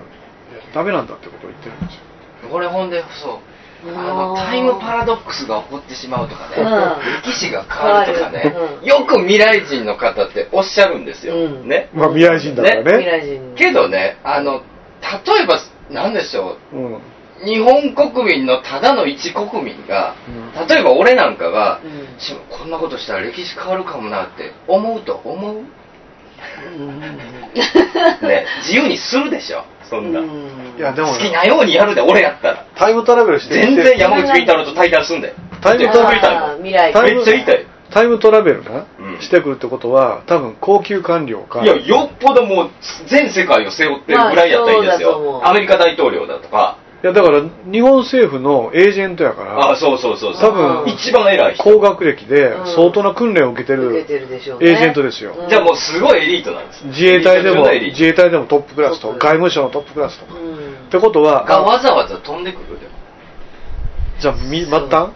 ダメなんだってことを言ってるんですよ。
これほんで、そう。あ
あ
の、
ー
タイムパラドックスが起こってしまうとかね
う
歴
ん、
史が変わるとかね
変わる、うん
よく未来人の方っておっしゃるんですよ。
うん
ね。
まあ未来人だからね。
未来人
けどね、あの、例えば、なんでしょ
うん。
う、日本国民のただの一国民が、
うん
例えば俺なんかが
う、ん
しこんなことしたら歴史変わるかもなって思うと思うね、自由にするでしょ、そんな。
いや、でも
好き
ね、
なようにやるで、俺やったら。
タイムトラベルして
全然山口敏太郎と対談すんだよ。
タイムトラベル
だって
未来
タイ
め
ム
っちゃ痛い。
タイムトラベルな、
うん
してくるってことは、多分高級官僚か、
いや、よっぽどもう、全世界を背負ってるぐらいやったらいいです
まあそうだと思う
よ。アメリカ大統領だとか、
いやだから日本政府のエージェントやか
あ
ら、
そうそうそうそう。
多分
一番偉い人。
高学歴で
うん
相当な訓練を受けて
受
る
けてるでしょうね
エージェントですよ。
うん
じゃあもうすごいエリートなんです。
自衛隊でも、
エリート
自衛隊でもトップクラスと、
ト
外
ップ
務省のトップクラスとか。
うん
ってこと
が
は、
わざわざ飛んでくるでも。
じゃあ、み末端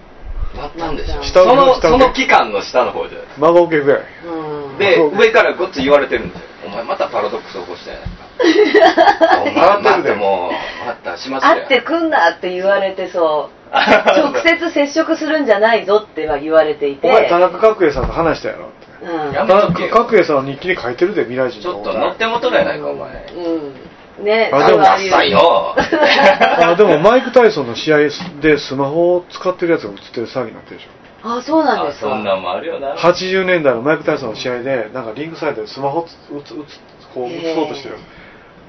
なったんでしょ。
下
そ
の
の、
下
そ
の
の期間の下の方じゃない
孫受けぐらい。
うん
で、
そう
上からごっつ言われてるんですよ。お前またパラドックス起こしたやないか。お
笑
前
ってる
ま
で
たもう、またしました
会
よ
っ。てくんなって言われてそ う直接接触するんじゃないぞっては言われていて
お前、田中角栄さんと話したやろって。
うん
や
田
めとけ
中
よ
角栄さんの日記に書いてるで、未来人
ちょっ
こ
と
と
乗ってもとるやないか、お前。
うんね
あ
あ
で
で
も
も、ダッサいよ。
あでも、マイク・タイソンの試合でスマホを使ってるやつが映ってる騒ぎになってるでしょ。
あ そうなん
あ
ですか
そんなんもあるよな。
80年代のマイク・タイソンの試合で、なんかリングサイドでスマホつ打つ打つこう打そうとしてる
へ、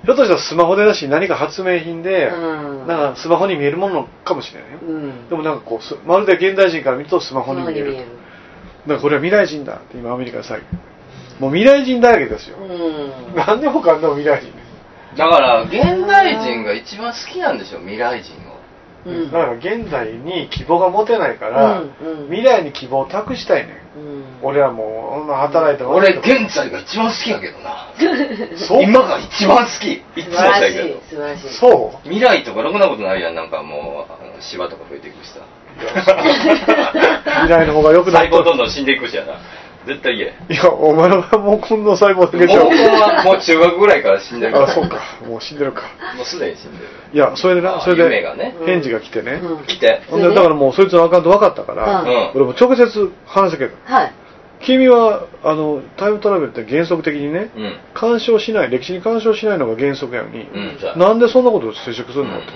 ひょっとしたらスマホでだし、何か発明品で、
うん
なんかスマホに見えるものかもしれないよ、
うん
でもなんかこうす、まるで現代人から見るとスマホに見える、だからこれは未来人だって、今、アメリカで最後、もう未来人だらけですよ
う、ん
何でもかんでも未来人です、
だから、現代人が一番好きなんでしょ、未来人を。
うん
だから現在に希望が持てないから、
うんうん
未来に希望を託したいねん
うん
俺はもう女働いた
俺、現在が一番好きやけどな。
そう
今が一番好き。いつ
素
も
晴
さ
ら
や
し
け
い
ど。
素晴らしい
そう
未来とかろくなことないやん。なんかもう、あのシワとか増えていくしさ。
未来の方が良くな
細
った
胞どんどん死んでいくしやな。絶対嫌や。
いやお前はもうこんな細胞だ
も
け
う
ちゃう
はもう中学ぐらいから死んでるから。
あそうかもう死んでるか
もうすでに死んでる。
いやそれでな
あ
それで
夢がね
返事が来てね、
うん
来て。
ほんでだからもうそいつのアカウント分かったから、
うん
うん
俺も直接話しかけた
はい
君はあのタイムトラベルって原則的にね、
うん。
干渉しない歴史に干渉しないのが原則やのに、
うん。じゃあ
なんでそんなことを接触するの、
うん
と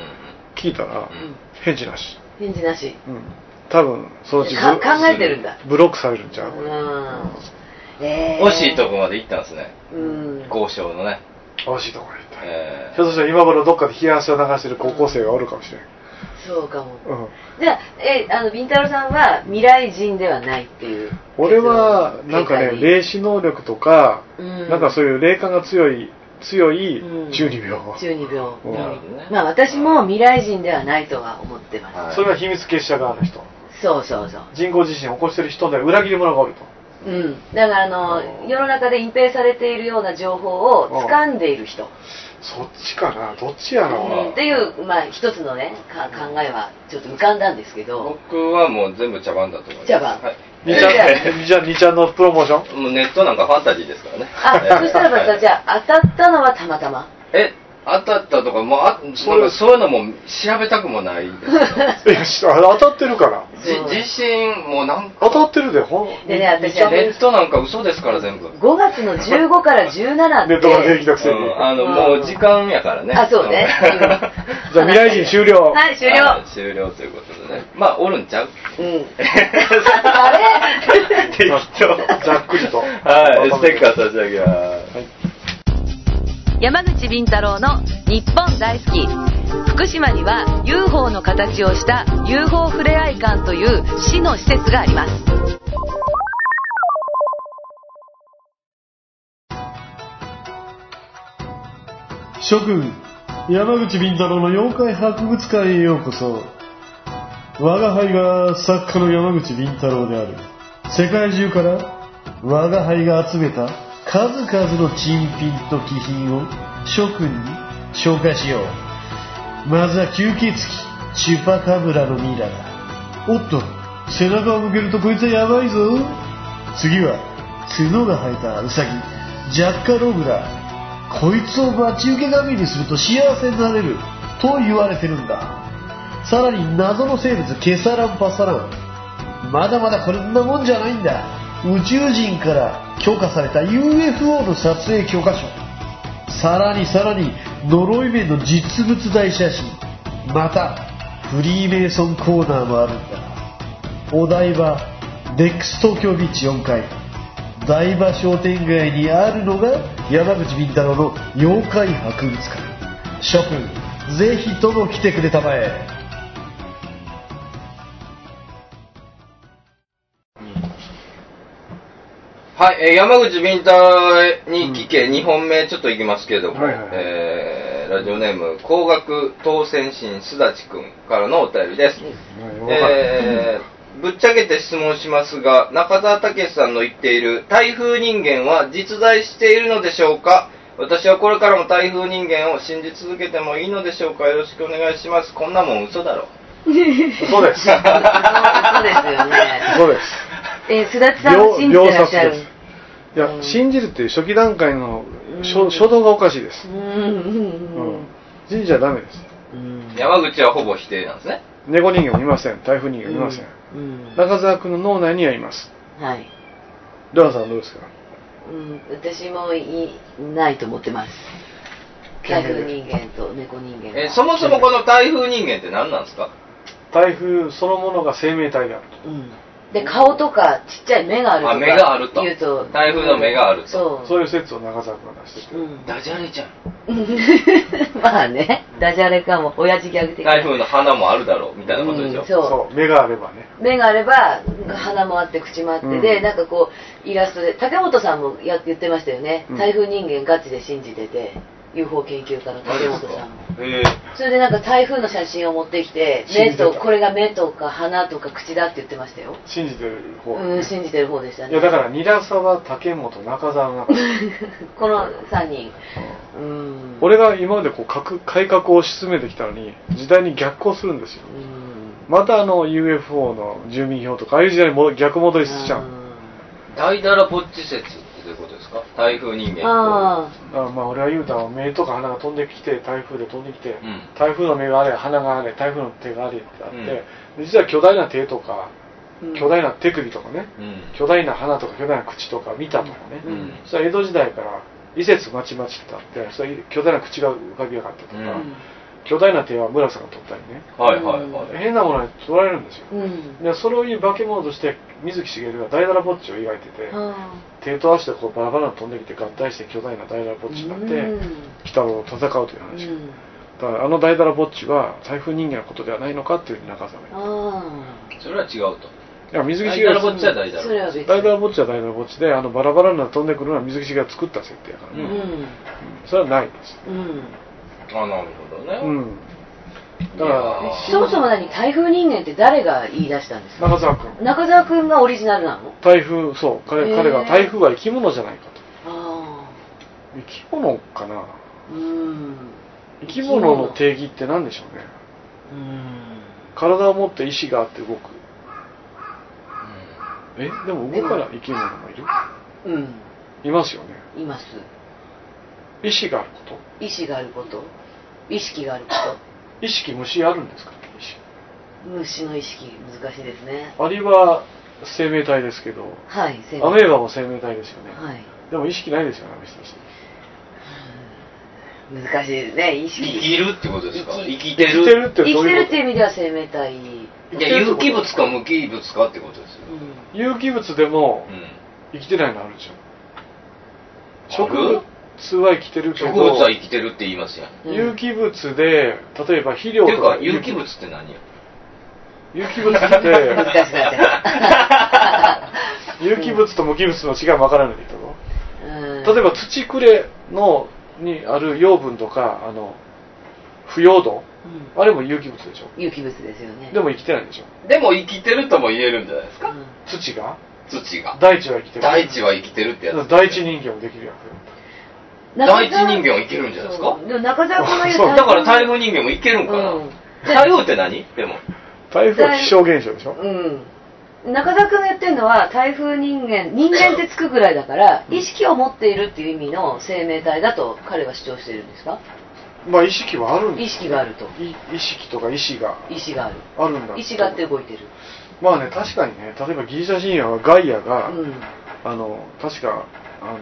聞いたら、
うん
返事なし、
返事なし
うん、多分そのうち
か考えてるんだ
ブブロックされるんちゃう、
うんえー
惜しいとこまで行ったんですね。
うん
交渉のね。
惜しいところに行った、
え
ひょっとしたら今頃どっかで冷や汗を流してる高校生がおるかもしれない、
そうかも
うん、
じゃあえあのビンタロウさんは未来人ではないっていう
俺はなんかね
結論に
霊視能力とか、
うん
なんかそういう霊感が強い強い
うん
12秒、
12秒
う
ー
ん
なるほどね。
まあ私も未来人ではないとは思ってます
はい
それは秘密結社側の人
そうそうそう
人工地震を起こしてる人で裏切り者がおると
うんだからあの世の中で隠蔽されているような情報を掴んでいる人
そっちかなどっちやろう
うんっていう、まあ、一つのねか考えはちょっと浮かんだんですけど
僕はもう全部茶番だと思います。
茶番
はい。
2ちゃん、
え
二ちゃん、二ちゃんのプロモーショ ン
ーもうネットなんかファンタジーですからね。
あそしたらま
は
た
い
じゃあ当たったのはたまたま
え、当たったとか、もうあ
それ
なんかそういうのも調べたくもないです
いや、しあれ当たってるから。
けどじ地震、もうなんか、
当たってるで、ほん。
でね私は
ネ
ね
ットなんか嘘ですから全部。うん
5月の15から17って
ネットが平気だくせに。
あの、もう時間やからね。
あそうね
じゃあ、未来人終了。
はい終
は
了
い終了ということでね。まあ、おるんちゃう
うん
あ
れ
適当。
ざっくりと
はい、ステッカー差し上げます。
山口敏太郎の日本大好き福島には UFO の形をした UFO ふれあい館という市の施設があります
諸君、山口敏太郎の妖怪博物館へようこそ。我が輩が作家の山口敏太郎である。世界中から我が輩が集めた数々の珍品と気品を諸君に紹介しよう。まずは吸血鬼、チュパカブラのミイラだ。おっと、背中を向けるとこいつはやばいぞ。次は、角が生えたウサギ、ジャッカローグだ。こいつを待ち受け神にすると幸せになれると言われてるんださらに謎の生物ケサランパサランまだまだこんなもんじゃないんだ宇宙人から許可された UFO の撮影許可書さらにさらに呪い面の実物大写真またフリーメイソンコーナーもあるんだお台場デックス東京ビーチ4階台場商店街にあるのが山口敏太郎の妖怪博物館諸君ぜひとも来てくれたまえ
はい、えー山口敏太に聞け、2本目ちょっと行きますけれども、
はいはいはい
えーラジオネーム、高額当選神すだちくんからのお便りです。えーぶっちゃけて質問しますが、中澤武さんの言っている台風人間は実在しているのでしょうか私はこれからも台風人間を信じ続けてもいいのでしょうかよろしくお願いします。こんなもん嘘だろ。
そうです。
そうですよね
そうです。
えー、須田 さんを信じてらっしゃ
秒
る
殺いや、信じるっていう初期段階の初初動がおかしいです
う。んうん
う
うんん。
信じちゃダメです。
うん
山口はほぼ否定なんですね。
猫人間もいません。台風人間もいません。
うん
中澤君の脳内にはいます。
はい
ルアさんどうですか
うん私もいないと思ってます台風人間と猫人間
えーそもそもこの台風人間って何なんですか
台風そのものが生命体である
うんで顔とかちっちゃい目があるとか
あ目があると
言うと
台風の目があると
そう
そういう説を中澤君が出してて。
うん
ダジャレじゃん。
まあねダジャレかも親父ギャグ的な
台風の花もあるだろう、みたいなことでしょ。
うんそう
そう、目があればね。
目があれば鼻もあって口もあって、
うん
でなんかこうイラストで竹本さんもや言ってましたよね、
うん
台風人間ガチで信じてて UFO 研究家の竹本さんも。
え
それでなんか台風の写真を持ってきて、目
信
と、
じてた
これが目とか鼻とか口だって言ってましたよ。
信じてる方。
うん、信じてる方でした
い
ね。
や、だから、韮沢、竹本、中澤の中で
この3人。うん。
俺が今までこう革改革を進めてきたのに、時代に逆行するんですよ。
うん。
またあの UFO の住民票とか、ああいう時代にも逆戻りしちゃう。
大だらぼっち説ってどういうことですか台風人間
ああ。
あまあ、俺は言うたら、目とか鼻が飛んできて、台風で飛んできて、
うん
台風の目があれ、鼻があれ、台風の手があれってあって、
うん
で実は巨大な手とか、
うん
巨大な手首とかね、
うん
巨大な鼻とか巨大な口とか見たとかね、
うん
それは江戸時代から移節まちまちってあって、それ巨大な口が浮かび上がったとか、
うん
巨大な手は村さんが取ったりね、
はいはいはい
変なものは取られるんですよ。
うん。
でそれを化け物として水木しげるが大だらぼっちを描いてて、
あ
手と足でこうバラバラに飛んできて合体して巨大な大だらぼっちになって、
うん
鬼太郎と戦うという
あ。う
話、
ん。
だからあの大だらぼっちは台風人間のことではないのかっていう中澤が言う
あ
それは違うと
いや水木し
大
げ
だ
る
らぼっちは大
あ。
だ
それ
らぼ
は
っち
別
大だらぼっちは大だらぼっちであのバラバラな飛んでくるのは水木しげるが作った設定やから
う
ね、
ん。
それはないです、
うん。
あなるほどね
うん、だから
いやー
そもそも何台風人間って誰が言い出したんですか
中澤君
中澤くんがオリジナルなの
台風そう彼,、
へー
彼が台風は生き物じゃないかと
あ
生き物かな
あ。うん。
生き物の定義って何でしょうね
うん。
体を持って意志があって動くえでも動かない生き物もいる
うん。
いますよね
います。
意志があるこ
意志があること。意識があること
意識虫あるんですか意識
と。虫の意識、難しいですね。
アリは生命体ですけど
はい、せ
アメーバも生命体ですよね、
はい。
でも意識ないですよね別に
難しいですね、
生
意識。
きるってことですか
生き
生きて
生きてる
る
って
生き
どう
て
い
る
うこ
っていう意味では生命体。
いや有機物か無機物かってことですよ
うん。
と有機物でも
うん
生きてないのあるでしょ
ある
植物は生きてるけ
植物は
ど
生きてるって言いますやんっ
うん
有機物で例えば肥料
ていう
とか
か有機物って何や
有機物っ
難して くなっちゃ
有機物と無機物の違い分からないでいいと思う
ううん。
例えば土くれのにある養分とかあの腐葉土
うん、
あれも有機物でしょ
有機物ですよね。
でも生きてないでしょ
でも生きてるとも言えるんじゃないです
う
か
ん
土が
土が
大地は生きてる
大地は生きてるってやつ
大地人間もできるやん
第一人間はいけるんじゃないですか
そうでも中澤君の言う
そう
だから台風人間もいけるんかな、
うん
台風って何でも
台風は気象現象でしょ
うん。中澤君が言ってるのは台風人間、人間ってつくぐらいだから、意識を持っているっていう意味の生命体だと彼は主張しているんですか
まあ意識はあるんだ
意
よ
識があると。
い意識とか意志が
意志がある。
あるんだ
意志があって動いてる。
まあね確かにね例えばギリシャ神話はガイアが、
うん。
あの確かあ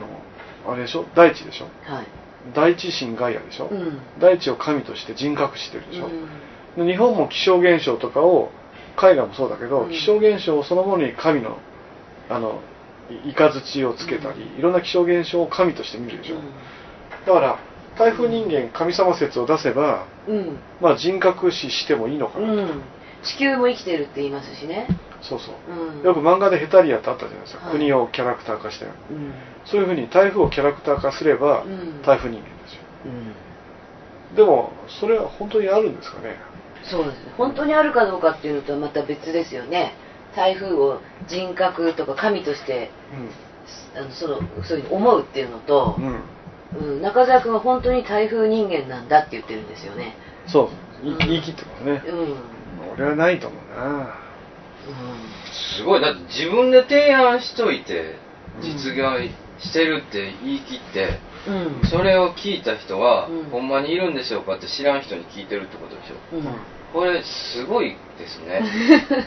のあれでしょ大地でしょ
はい。
大地神ガイアでしょ、
うん。
大地を神として人格視してるでしょ、
うん
で日本も気象現象とかを絵画もそうだけど、
うん
気象現象そのものに神のあのい雷をつけたり、いろんな気象現象を神として見るでしょ、だから台風人間神様説を出せば、
うん。
まあ、人格視してもいいのか
う
な、
ん。地球も生きてるって言いますしね。
そうそうう、
ん。
よく漫画でヘタリアってあったじゃないですか、
はい
国をキャラクター化したような
うん。
そういうふうに台風をキャラクター化すれば、
うん
台風人間ですよ
うん。
でもそれは本当にあるんですかね
そうですね。本当にあるかどうかっていうのとはまた別ですよね。台風を人格とか神としてあのそのそういうふうに思うっていうのと
う、ん、うん、
うん、中澤君は本当に台風人間なんだって言ってるんですよね。
そうい言い切ってますね、
うん。うん
俺はないと思うな
すごいだって自分で提案しといて実現してるって言い切って
うん。
それを聞いた人は、
うん
ほんまにいるんでしょうかって知らん人に聞いてるってことでしょ
うん。
これすごいです ね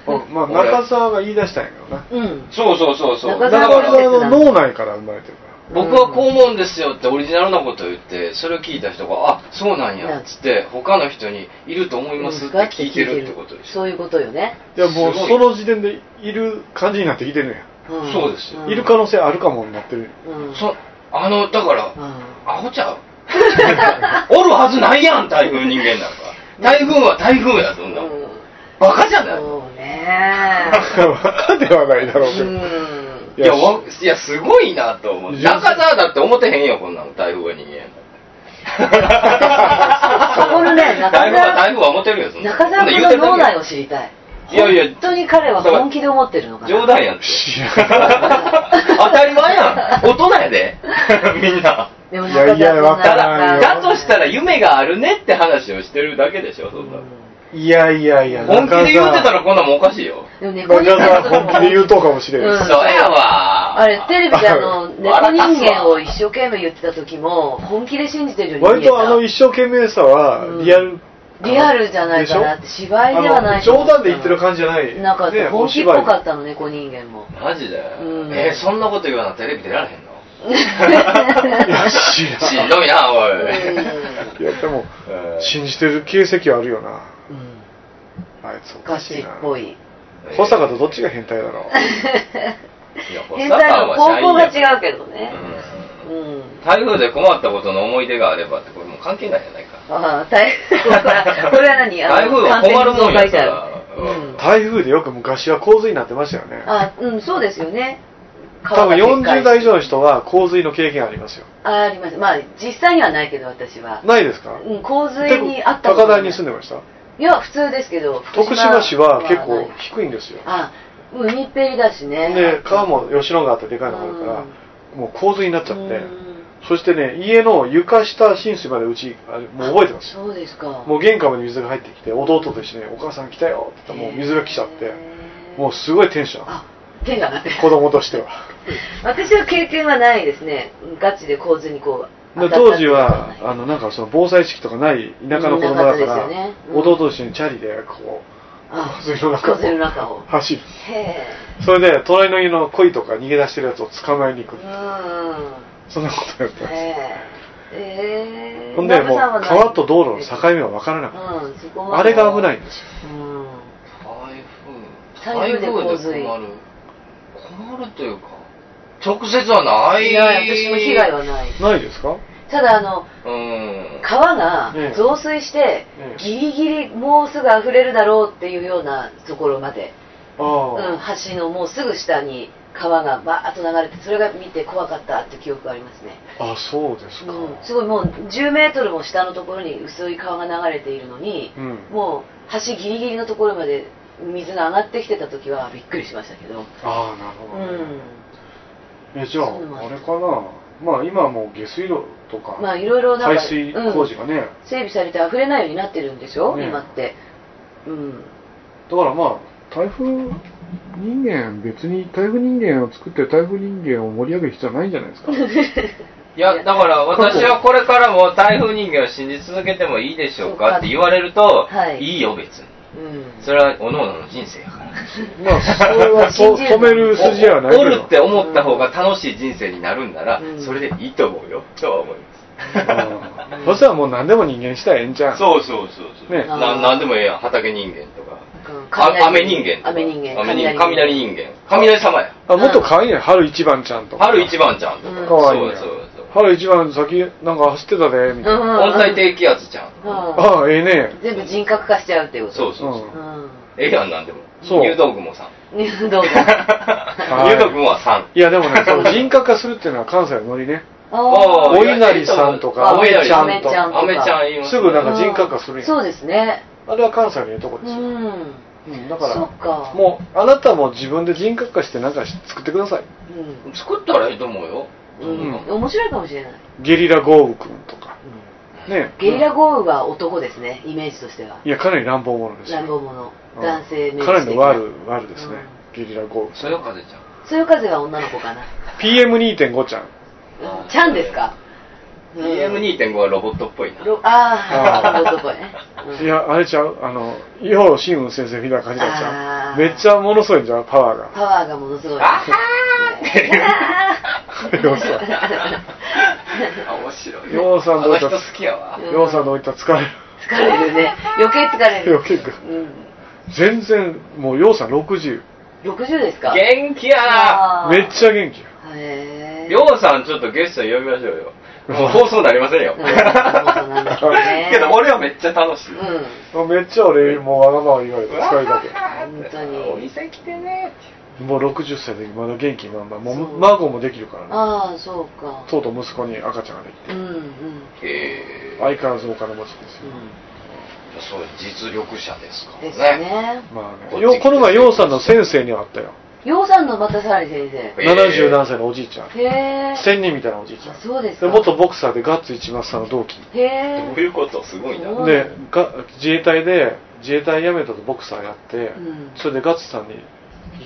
あまあ
俺
中澤が言い出したんやけどな
うん。
そうそうそうそう
中
だ
中
澤
か
君
ら
澤の脳内から生まれてるから
僕はこう思うんですよってオリジナルなことを言ってそれを聞いた人が「あそうなんや」っつって他の人に「いると思います」って聞いてるってことでしょ
そういうことよね。
いやもう
すごい
その時点でいる感じになってきてるんや、
ん
そうですよ
いる。可能性あるかもになってる
うん。うん
そあのだから
うん
アホちゃう おるはずないやん台風人間なんか台風は台風やそんな
うん
バカじゃない
そうね。
バカではないだろうけ
う
ど、
ん。
いやわいやすごいなと思う
いや
中澤だって思ってへんよこんなの台風が人間やん
そこ のね、中
だいぶは、だ
澤
いぶは思ってるよ、そんな
中澤
言
君
うてるだ
の
け
脳内を知りたい。
いやいや
本当に彼は本気で思ってるのかな。
冗談やん って。当たり前やん。大人や で。みんな。
でも
いやいやわか
た
ら
だ、
んよ
だとしたら夢があるねって話をしてるだけでしょ、そんな。
いやいやいや、
本気で言うてた
ら、
らこんなもんおかしいよ。
でも猫
中
人間
澤
のこと
本
も
気で言うとうかもしれん。
うん
そうやわ。
あれ、テレビであの、猫
笑
人
かすわ
間を一生懸命言ってた時も、本気で信じてるように
割
見えた
とあの一生懸命さは
うん
リアル、
リアルじゃないかなって、芝居ではない
あの冗談で言ってる感じじゃない
じなかった。
ね
本気っぽ
お芝居
かったの、猫人間も。
マジで、
うん
えーそんなこと言わなテレビ出られへんの
いや知らん
しんどいな、おい。
いやでも
えー
信じてる形跡はあるよな
うん。
あいつお
ガ
かし
チ
い
っ
な
ぽい。
保坂とどっちが変態だろう
いや保
変
坂
態の
は社
方
員
向が
やから
違うけどね。
うん
うん。
台風で困ったことの思い出があればってこれもう関係ないじゃないか
ああ、台風は、 これは何あの
台風は困るもんやから
完全にそう書いてあるうん
台風でよく昔は洪水になってましたよね
あ、うん、そうですよね。
多分
川が決壊
40代以上の人は洪水の経験ありますよ
ああります。まあ、実際にはないけど、私は。
ないですか
うん、洪水にあった
高台に住ん
で
でました
いや、普通ですけど。
徳島市は結構
ない
低いんですよ
あ、海っぺりだしね。
で川も吉野川ってでかいのがあるからもう洪水になっちゃってそしてね家の床下浸水までうちあれもう覚えてますよ
そうですか。
もう玄関まで水が入ってきて弟と一緒に「お母さん来たよ」って言ったらもう水が来ちゃってもうすごいテンション
あ、手が上がってる
子供としては
私は経験はないですね。ガチで洪水にこう。
で
当たった
当時はあのなんかその防災意識とかない田舎の子供だ
うん
か
なかった
ら、
ですよねうん
弟と一緒にチャリでこ
あ
う洪水の中を
洪水の中を。
走る
へえ。
それで隣の家の鯉とか逃げ出してるやつを捕まえに行
う
く
ん。
そんなことやってました
へえ。えー
ほんでもう
旦那さはない
川と道路の境目は分からなかっ
うん、そこ
た
は。
あれが危ないんですよ
うん。
台
台
風
風で洪水
困る困るというか直接はない
いや、私も被害はない。
ないですか
ただ、あの、
うん
川が
ええ
増水して
ええ、
ギリギリもうすぐ溢れるだろうっていうようなところまで、
あ
うん、
あ、
橋のもうすぐ下に川がバーッと流れて、それが見て怖かったって記憶がありますね。
あそうですか、
うん、すごいもう10メートルも下のところに薄い川が流れているのに、
うん
もう橋ギリギリのところまで水が上がってきてた時はびっくりしましたけど、
ああなるほ
う
どね、
ん、
えじゃあ
そうなん
あ
で
れ
す
かなまあ今はもう下水道とか、
まあいろいろなん
排
か
水工事
う
が
ん
ね、
整備されて溢れないようになってるんでしょ、
ね
今って、うん、
だからまあ台風人間別に台風人間を作って台風人間を盛り上げる必要はないんじゃないですか
いやだから私はこれからも台風人間を信じ続けてもいいでしょうかって言われると、
はい
いいよ別に
うん、
それはおののの人生やから
まあそれはと止める筋合いはない
お
け
る
ど
って思った方が楽しい人生になるんなら、
うん
それでいいと思うよとは思います、
うんそしたらもう何でも人間したらええんちゃう
そうそうそうそう、
ね
ななんでもええやん畑人間とか
うん
あ雨人間とか
雨人間
雨人間雷
雷
人間雷様や
あもっと可愛いね春一番ちゃんとか
春一番ちゃんとか、
うん
可愛いね
そうそうそう
春一番先なんか走ってたでみたいな、
うん
温帯低気圧ちゃん、
うん
ああええね
全部人格化しちゃうっていうこと
そうそうそう、
うん
うん
ええやんなんでも
そう
入道雲さ ん
ど うぞ
い
入道雲は3
いやでもね その人格化するっていうのは関西のノリね
あ
お稲荷さんとか
あ
お稲荷
お稲荷ちゃんとか
アメちゃん言います
すぐなん
ー
か人格化するやん
そうですね
あれは関西のいいとこで
う
すよ、
ん
うんだ
そ
か
っ
ら
か
もうあなたも自分で人格化してなんか作ってください
うん
作ったらいいと思うよ、
うん
うん
面白いかもしれない、
ゲリラ豪雨くんとかね
ゲリラ豪雨は男ですねイメージとしてはい
やかなり乱暴者ですよ
乱暴者
うん
男性イメージ的
かなりのワルワルですね、ゲリラ豪
そ
雨
よ風ちゃん
そういう風は女の子かな
PM2.5 ちゃん
うんちゃんですか
PM2.5 はロボットっぽいな。
ロあ
あ
あ
ー
男ね、う
い
ん
や、あれちゃう、あの、伊保新雲先生みたいな感じだっちゃ
あ
う。
ー
めっちゃものすごいんじゃん、パワーが。
パワーがものすごい
あはーっていう。
ようさ
あ面白いね。
ようさん
あ
どう
の
した
人好きやわ
うん。
ん、ようさんの言ったら疲れ
疲れるね余計疲れ
る。
る
よ、結構。
うん、
全然、もうようさん60。
60ですか
元気や
あー
めっちゃ元気よ。
へえ
りょうさんちょっとゲスト呼びましょう よ。もう放送になりませんよ。
うんそうなんですよね
けど俺はめっちゃ楽しい。
うん
めっちゃ俺、もうわがまま言われて疲れたけど。
本当に
お店来てね
もう60歳でまだ元気満々も
そう
う孫もできるからね
ああそうか
とうとう息子に赤ちゃんができて
うんうん
ってへえ
相変わらずお金持ちですよ、
そう実力者ですか
ですね
まあ
こっ
ね
ち来て
よこの前楊さんの先生に会ったよ
洋さんのまたさらに先生
へえ
70何歳のおじいちゃん
へえ
仙人みたいなおじいちゃん
あそうです
で
か
元ボクサーでガッツ一松さんの同期
へ
どう
え
いうことすごいな
すごい
でが自衛隊で自衛隊辞めたとボクサーやって、
うん
それでガッツさんに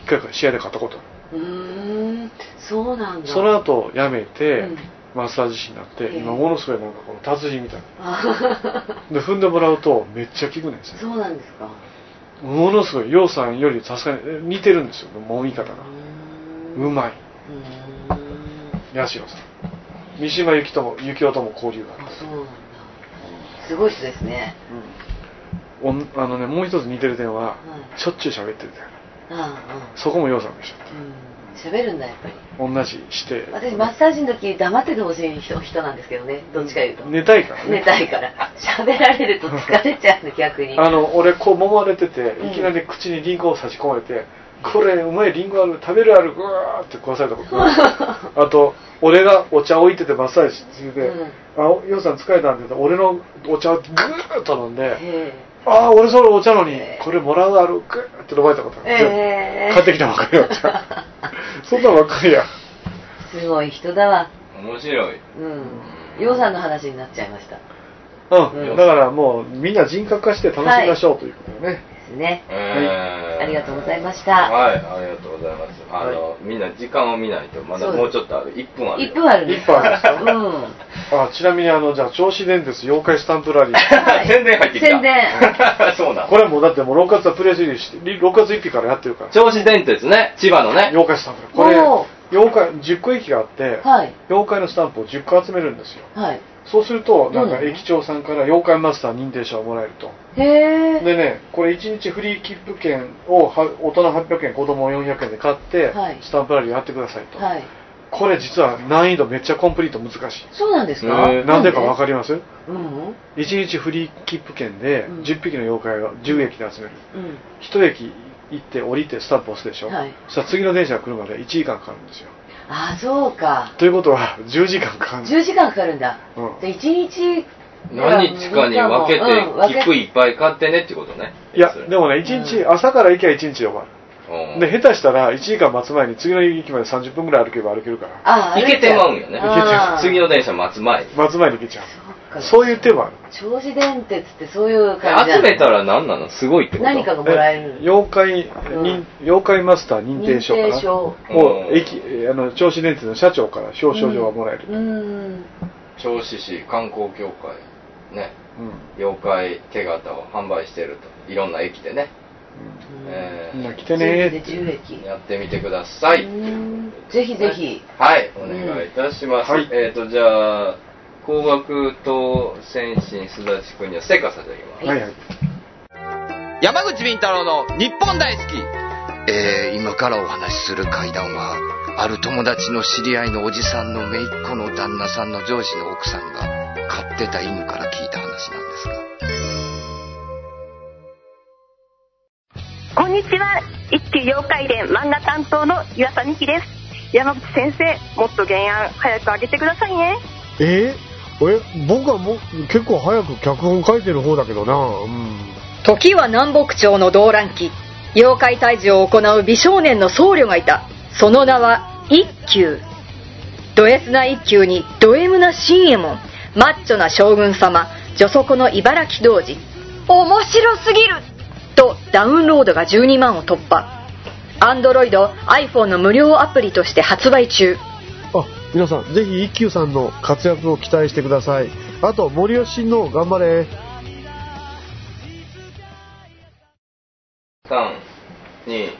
1回か試合で勝ったことある
うーんそうなんだ
その後辞めて、
うん
マッサージ師になって、
へえ
今ものすごいなんかこの達人みたいな
あ
で踏んでもらうとめっちゃ効くねんですよ
そうなんですか
ものすごい楊さんよりさすがにえ似てるんですよ揉み方が
うーん
うまい
ーん
八代さん三島由紀と由紀夫とも交流がある
あそうなんだすごい人ですね
おんあのねもう一つ似てる点は、
うん
しょっちゅう喋ってるみたいな
ああ
そこも楊さんでした
ああうん喋るんだやっぱり
同じして
私マッサージの時黙っててほしい人人なんですけどねどっちか言うと
寝たいからね
寝たいから喋られると疲れちゃうの逆に
あの俺こう揉まれてて
ん
いきなり口にリンゴを差し込まれて、これうまいリンゴある食べるあるうわーって食わされたことあ るあと俺がお茶置いててマッサージ中で
うん
「あおようさん疲れたんで」俺のお茶をグーッと飲んで
え
「ああ俺それお茶のに
ええ
これもらうあるグーッ」て飲まれたことあ
え
る、
ええ
帰ってきたばっかりやお茶 そんなんばっかりや
すごい人だわ
面白い
うん洋さんの話になっちゃいました
うん、
うん
だからもうみんな人格化して楽しみましょう、ということでね
ですね
えー
ありがとうございました
はい、ありがとうございます。あの、みんな時間を見ないと、まだ
そうです
もうちょっとある、1分あるよ。
一分あるんです
一分あるんですか
うん
あちなみにあのじゃあ銚子電鉄妖怪スタンプ ラリー
はい
宣伝入ってきた。
宣伝。
そうなん
こ。れもうだってもう6月はプレスリリースして6月1日からやってるから
銚子電鉄ね、千葉のね。
妖怪スタンプこれ
おー
妖怪10個駅があって、
はい
妖怪のスタンプを10個集めるんですよ
はい
そうするとなん
う
か
ん
駅長さんから妖怪マスター認定者をもらえると
へえ
でねこれ1日フリー切符券をは大人800円子供400円で買って、
はい
スタンプラリーやってくださいと、
はい
これ実は難易度めっちゃコンプリート難しい
そうなんですか
へえ
なんでかわか
る
ります
うんうん
1日フリー切符券で
うん
10匹の妖怪が10駅で集める、
うん
一駅行って降りてスタンプ押すでしょ、
はい
そしたら次の電車が来るまで1時間かかるんですよ
ああそうか
ということは10時 間かかるんです
10時間かかるんだ、
うん
で1日
何日かに分け
うん分
て、切符いっぱい買ってねってことね。
いやでもね1日、朝から行けば1日で終わ
うん、
るで下手したら1時間待つ前に次の駅まで30分ぐらい歩けば歩けるから
ああ
行けてまうんよね。
行けてま
う
次の電車待つ前に。
待つ前に行けちゃ
か
うそういう手もある
銚子電鉄ってそういう感じな
集
んだ
めたら何なのすごいってこと
何かがもらえる
妖怪、
ん
認妖怪マスター認定証かな
認定証
を
うん
駅えーあの銚子電鉄の社長から表彰状がもらえる、
うん
銚子市観光協会。ね。
うん
妖怪手形を販売してると。いろんな駅でね。え
みんな
ー
来てねーって
で10駅
やってみてください。
うんぜひぜひ
はい、お願いいたします。
うんはい
えっ、と、じゃあ、工学と先進すだちくんには成果させていきます。
はいはい
山口敏太郎の日本大好きえー、今からお話しする会談はある友達の知り合いのおじさんの姪っ子の旦那さんの上司の奥さんが飼ってた犬から聞いた話なんですが
こんにちは一級妖怪伝漫画担当の岩佐美希です山口先生もっと原案早く上げてくださいね
えーえ僕はもう結構早く脚本書いてる方だけどなうん
時は南北朝の動乱期妖怪退治を行う美少年の僧侶がいたその名は一休ド S な一休にド M な新右衛門マッチョな将軍様女底の茨城童子面白すぎるとダウンロードが12万を突破アンドロイド iPhone の無料アプリとして発売中
あ皆さんぜひ一休さんの活躍を期待してくださいあと森吉親王頑張れ
3、2、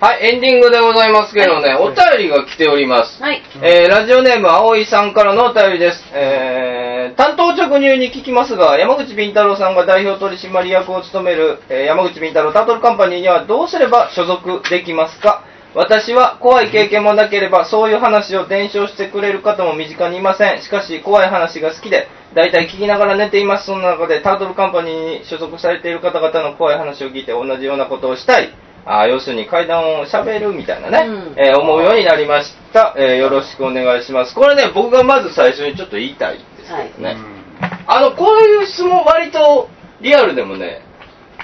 はい、エンディングでございますけどね、お便りが来ております。
はい
えーラジオネーム、葵さんからのお便りです。えー担当直入に聞きますが、山口敏太郎さんが代表取締役を務める、えー山口敏太郎タートルカンパニーにはどうすれば所属できますか私は怖い経験もなければ、そういう話を伝承してくれる方も身近にいません。しかし、怖い話が好きで、大体聞きながら寝ています。その中で、タートルカンパニーに所属されている方々の怖い話を聞いて同じようなことをしたい。あー要するに階段を喋るみたいなね、
うん
えー思うようになりました、えーよろしくお願いします。これね、僕がまず最初にちょっと言いたいですけどね。あの、こういう質問割とリアルでもね、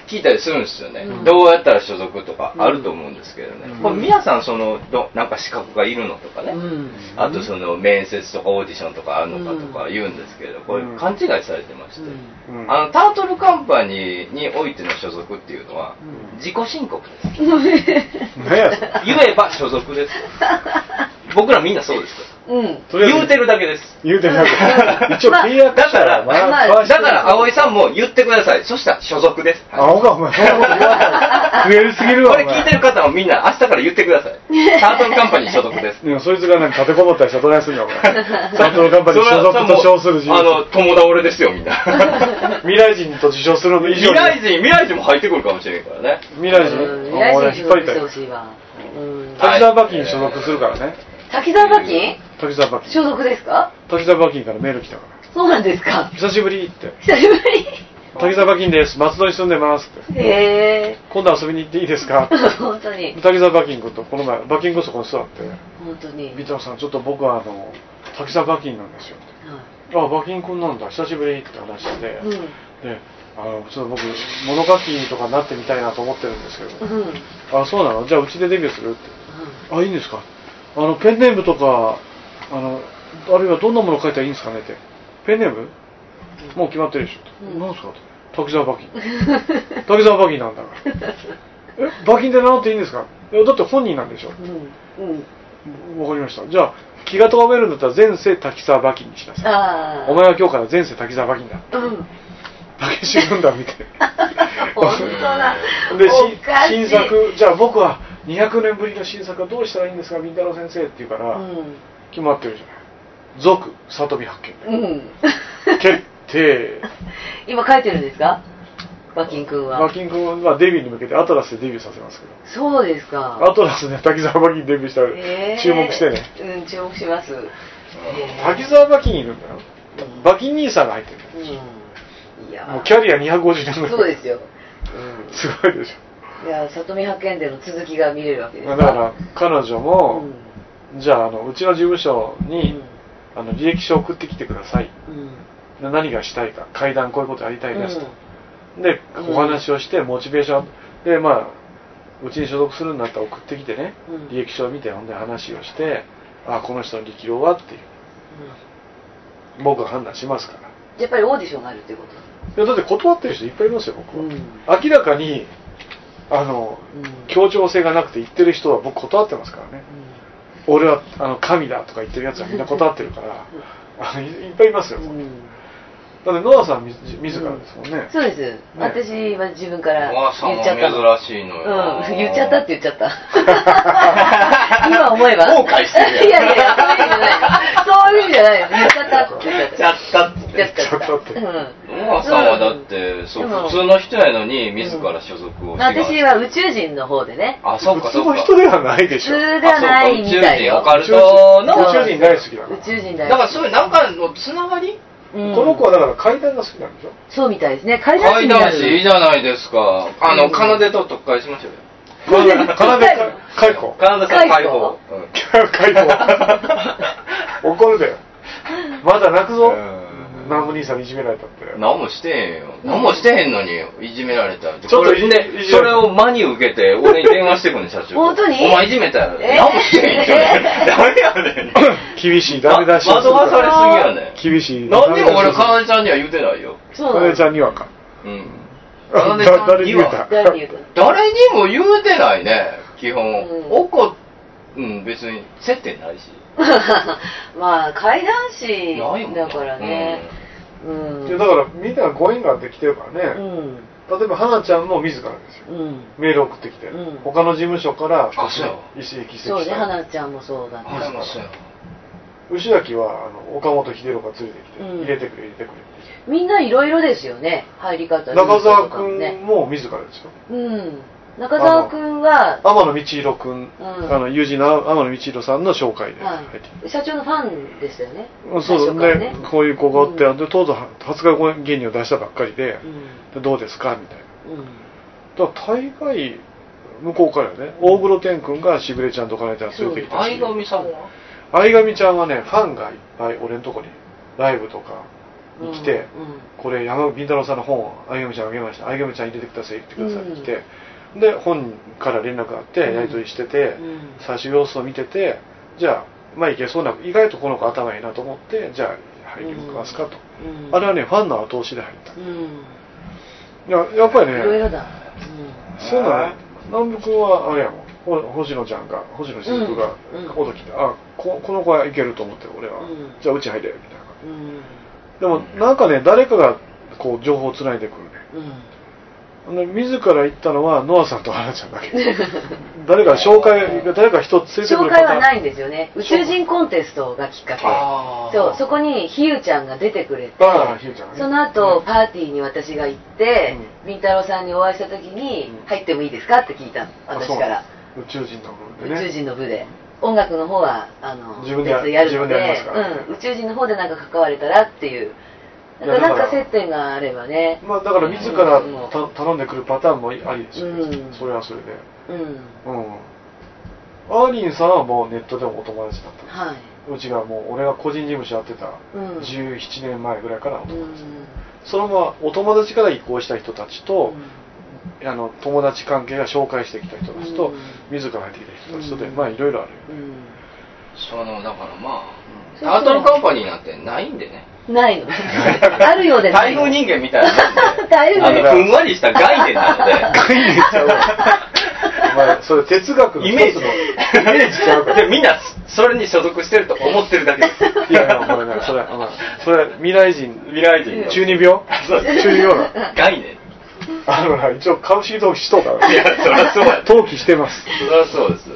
聞いたりするんですよね。
うん
どうやったら所属とか
うん
あると思うんですけどね。
うん
これ皆さん、その、どなんか資格がいるのとかね。
うん
あとその面接とかオーディションとかあるのかとか言うんですけど、これ
うん
勘違いされてまして、
うんうん
あのタートルカンパニーにおいての所属っていうのは
うん
自己申告です。
何やそれ
言えば所属です。僕らみんなそうです。
うん
とりあえず
言うてるだけです。
言うてな くて一応契
だ
約
か
した
ら、
まあ
まあ
交わ
だ
してる
から葵さんも言ってください。そしたら所属です。
あほかお前そんなこと言わない増えるすぎるわ
こ
お
れ
前
聞いてる方もみんな明日から言ってください。タートルカンパニー所属です。
でもそいつがなんか立てこもったりしたらどないすんだお 前サントロカンパニー所属と称する人
あの、友倒れですよ、 みんな。
未来人と自称するの以
未
上に
来人、未来人も入ってくるかもしれんからね。
未来
うん
人
未来人
俺引っ張りた
に
い
してほしいわうん
はい
滝沢馬琴に所属するからね
滝沢馬琴
滝沢馬琴
所属ですか
滝沢馬琴からメール来たから
そうなんですか
久しぶりって
久しぶ
滝沢馬琴です松戸に住んでますって
りへえ
今度遊びに行っていいですかって
本当に
滝沢馬琴君とこの前馬琴こそこに座って
本当
「
に
ビートさんちょっと僕はあの滝沢馬琴なんですよ」って「
は
あ馬琴君なんだ久しぶり」って話して、
いうん
であのちょっと僕物書きとかになってみたいなと思ってるんですけ
う
ど、
んうん
あそうなのじゃあうちでデビューするってあいいんですかあのペンネームとかあのあるいはどんなもの書いたらいいんですかねってペンネームもう決まってるでしょ、
うん
なんですかって滝沢馬琴滝沢馬琴なんだ からえ馬琴で名乗っていいんですかいやだって本人なんでしょ
うんうん
わかりましたじゃあ気が咎めるんだったら前世滝沢馬琴にしなさい
ああ
お前は今日から前世滝沢馬琴だ
うん
竹志軍団み たいな
本当だ
で
おかしい
新新作じゃあ僕は200年ぶりの新作はどうしたらいいんですかみ太郎先生って言うか
う
ら、
ん
決まってるじゃない続里見 発見
うん
決定
今書いてるんですか馬琴くん
マ
は
キン君はデビューに向けてアトラスでデビューさせますけど
そうですか
アトラスで滝沢馬琴デビューしたら
へえ
注目してね、
うん注目します
滝沢馬琴いるんだよ馬琴兄さんが入ってる
うんいやー
もうキャリア250年ぐらい
そうですよ、
すごいでし
うん、いや里見派遣での続きが見れるわけで
ょ
す
だから彼女も、
うん
じゃああのうちの事務所に、
うん
あの履歴書を送ってきてください
うん
で何がしたいか階段こういうことやりたいですと、
う
で
うん
お話をしてモチベーションでまあうちに所属するんだったら送ってきてね、
うん
履歴書を見てほんで話をしてあこの人の力量はっていうん僕が判断しますから
やっぱりオーディションがあるっていうこと
いやだって断ってる人いっぱいいますよ僕は、
うん
明らかにあの
うん
協調性がなくて言ってる人は僕断ってますからね俺はあの神だとか言ってるやつはみんな断ってるからあのいいっぱいいますよ、
うん
だってノアさんみ自らですもんね、
そうです、私は自分から
ノアさん
言っちゃったの
は珍しいのよ
うん、言っちゃったって言っちゃった 今思えば
後悔してるやん
いやいやそういう意味じゃないそういう意味じゃない言っちゃったって言っちゃっ
った
た
って
言っちゃった
ちょっとって
うん
ノアさんはだって、そう、
でも
普通の人やのに、自ら所属を志願して
私は宇宙人の方でね
あ、そう
普
か、
通
そう
の
か。
人ではないで
普
しょ
通ではないみたい
あそうか宇宙人オ
よ
カ
宇
ル
宙
ト
人
の、
宇宙人大好きだから
宇宙人だ
だ
よ
からそういう、なんかのつながり
うん
この子はだから階段が好きなんでしょ
そうみたいですね階段
階
師にな
段師いいじ
る
ゃないですか。あ
う
の、
ん
奏でと特会しましょうよ。
奏で 解雇
奏でさん解放。うん
解雇 怒るだよまだ泣くぞ
うん
南部兄さんにいじめられたって
何もしてへんよ。何もしてへんのに、いじめられたって。
ちょっと
これ
いじ
で
いじめ
それを真に受けて、俺に電話してくんね、社長。
本当に
お前いじめたやろ。
えー
何もしてへんじゃん。ダメやねん。
厳しいダメ出しをす
惑
る
わ
か
さ
ら
れすぎやねん。
厳しい
なんでも俺、かなでちゃんには言うてないよ。
そう
か
な
なで
の
ちゃんにはか
うん。かなでちゃん
誰
に
に言う
は
た。
誰に 言う
誰にも言うてないね、基本。
うん
怒っ、うん、別に接点ないし。
かまあ階段師
ないもんな
だからねうん
いやだからみんながご縁があって来てるから
う
ね
ん
例えば花ちゃんも自らですよ
うん
メール送ってきて
うん
他の事務所から
あそうや
一石一石
そうね
した
花ちゃんもそうだ
うん。
ね
あ、でもそうや。
牛崎はあの岡本秀郎が連れてきて、
うん
入れてくれ入れてくれって
みんないろいろですよね入り方
中澤
ルールとかも
君
ね
も自らですよ
うん中澤くんは、
天野道弘くん、
うん
あの友人の天野道弘さんの紹介で入ってきて、
はい、社長のファンでしたよね。最
そう
初から
ねこういう子がおって、
うん
で当時初恋芸人を出したばっかりで,、でどうですかみたいな
うんうん
だから大概向こうからよね大黒天君がしぐれちゃんとかねちゃん連れてきたし
相上さんは
相上ちゃんはねファンがいっぱい俺のとこにライブとかに来て、これ山口敏太郎さんの本を相上ちゃんあげました相上ちゃん入れてください入れてくださいって来て、で本から連絡があってやり取りしてて、
うんうん
最初様子を見ててじゃあまあいけそうな意外とこの子頭いいなと思ってじゃあ入りますかと、
うん
あれはねファンの後押しで入った
うんうん
いややっぱりね
いろいろだ。
そうだね。南部君はあれやもん。ほ星野ちゃんが、星野しずくが
うんうん、
音来て、あこ、この子はいけると思って、俺は。
うん
じゃあ、うち入れ、みたいな。
うん。うん。
でも、なんかね、誰かが、こう、情報をつないでくるね。
うん。
ほんで自ら行ったのは、ノアさんと花ちゃんだけ。誰か紹介、誰か人ついてくる
紹
パター
介
ン
はないんですよね。宇宙人コンテストがきっかけ。
あー
そう、そこにひゆちゃんが出てくれて、
あーひゆちゃんね
その後、パーティーに私が行って、り、太郎さんにお会いした時に
う、ん
入ってもいいですかって聞いたの、
あ
私
そう
から。
宇宙人の部分
宇
でね。
宙人の部で。音楽の方は、あの、
自分でや
別やる
自
の
分でやりま
で、
すからね
うん、宇宙人の方でなんか関われたらっていう。
い
な
や
んかなん
だ
か
から
接点があればね。
まあ、だから、自ら
うん
た頼んでくるパターンもありですよ、
うん
それはそれで。
うん。
うん。アーリンさんはもうネットでもお友達だった。
は
うちがもう俺が個人事務所やってた
うん
17年前ぐらいからお
い。う
友達、
ん。
そのままお友達から移行した人たちと、あの友達関係が紹介してきた人たちと、
うん
自ら入ってきた人たちとで、
うん
まあいろいろあるよ
うん。
その、だからま
そう
あ、タ
そ
ート
う
ルカンパニーなんてないんでね。
ないの。あるようでな
大
いの。。
量人間みたいなもんで
大量
あ
人
の、ふんわりした概念なので。
概念ちゃうわお前それ哲学の
イメー
一つ
ジ
のイメージちゃうから
でみんなそれに所属してると思ってるだけです
いやいやお前なそれお前それ未来人
未来人の
中二病
そうです
中二病な
概念
あのな一応株式投機しとうから
いやそりゃそうや
投機してます
そりゃそうです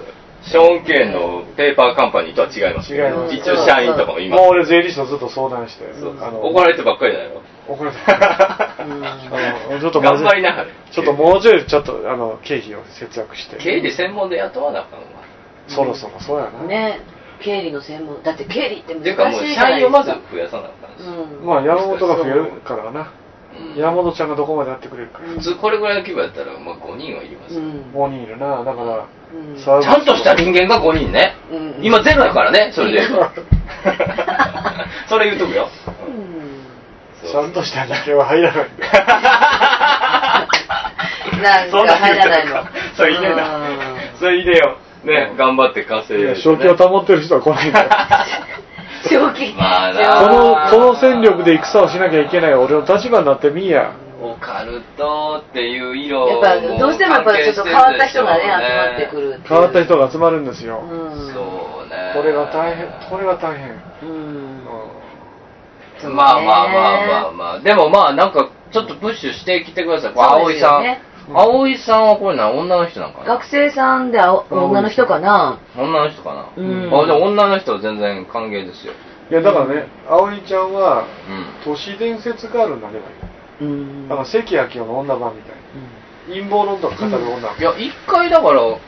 ショーン・ケンのペーパーカンパニーとは違いますけど
違います
一応社員とかもいま
もう
す
俺税理士とずっと相談して、
そうです
あの
怒られてばっかりだよ
怒られた。あのちょっとまず
頑張りながら
ちょっともうちょいちょっとあの経費を節約して。
経理専門で雇わなあかんわ
そろそろそうやな。
ね経理の専門だって経理って
ていうか
難
もう
しいじゃ
社
な
員
いで
を
す
まず
か
増やさなあかんし、
うん
まあ山本が増えるからな。
うん
山本ちゃんがどこまでやってくれるか。
うん
普通これぐらいの規模やったら、まあ、5人はいります
う
よ、
ん
5人いるな。だから、
うん
沢口
ちゃんとした人間が5人ね、
うん
今ゼロやからねそれで言えば それ言うとくよ
うん
ちゃん としただけは入らない。
なん
そんな
か
言
入
う
ら
た
ない
ら
の
それ入れなそれ入れよね頑張って稼
い
いで
や、
ね
正気を保ってる人は来ないんだよ。
正気
まあ
この、
な
この戦力で戦をしなきゃいけない俺の立場になってみーや。
オカルトっていう色
やっぱどうしてもやっぱりちょっと変わった人がね集まってくる
変わった人
が
が集まるんですよ。
うん
そうね
これが大変、これが大変。
うんそうね
まあまあまあまあまあでもまあなんかちょっとプッシュしてきてくださいこれ
そう
葵
です
さ
よ
ん
ね
葵さんはこれな女の人なんかな
学生さんであお女の人かな
女の人かな、
うん
あでも女の人は全然歓迎ですよ
いや、だからね、葵ちゃんは、
うん
都市伝説ガールになればいい。
うん
だから関明夫の女版みたいな。陰謀論とか語る女。
いや一回だからも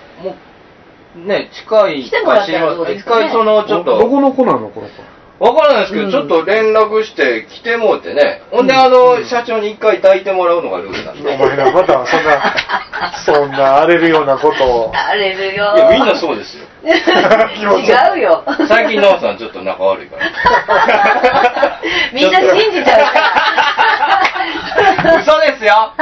うね近い
来てもらったらどうで
一
すかね
回そのちょっ
どど
と
この子なのこの子。
わからないですけど、
うん
ちょっと連絡して来てもうてねほんであの、社長に一回抱いてもらうのがルールなん
お
で
前ら、またそんな、そんな荒れるようなことを。
あれるよ
いやみんなそうですよ
気持ち悪
違うよ
最近 奈緒さんちょっと仲悪いから
みんな信じちゃうから
嘘ですよ
あ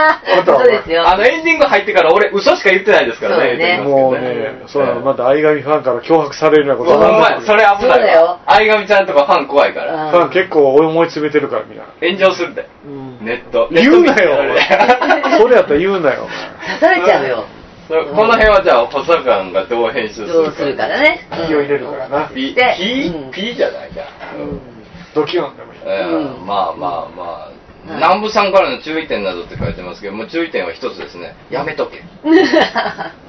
とは
そうですよ
あのエンディング入ってから俺嘘しか言ってないですからね
もうね、そうなの、ま
だ
た相上ファンから脅迫されるような
お
ことなん
前それ危
そう
な
だ
い
よ
わ相上ちゃんとかファン怖いから
ファン結構思い詰めてるから、みんな。
炎上するで
うん
ネット
言うな
ネッ
よ、
ト見てられる
お前 それやったら言うなよ、お前
刺されちゃうよ
それこの辺はじゃあ補佐官がどう編集するか
どうするからねうん
気を入れるからな。
ピ
で
ピ
うん
ピじゃないじゃん
ドキュンでもいい。
えー
うん
まあまあまあ
はい
南部さんからの注意点などって書いてますけどもう注意点は一つですねやめとけ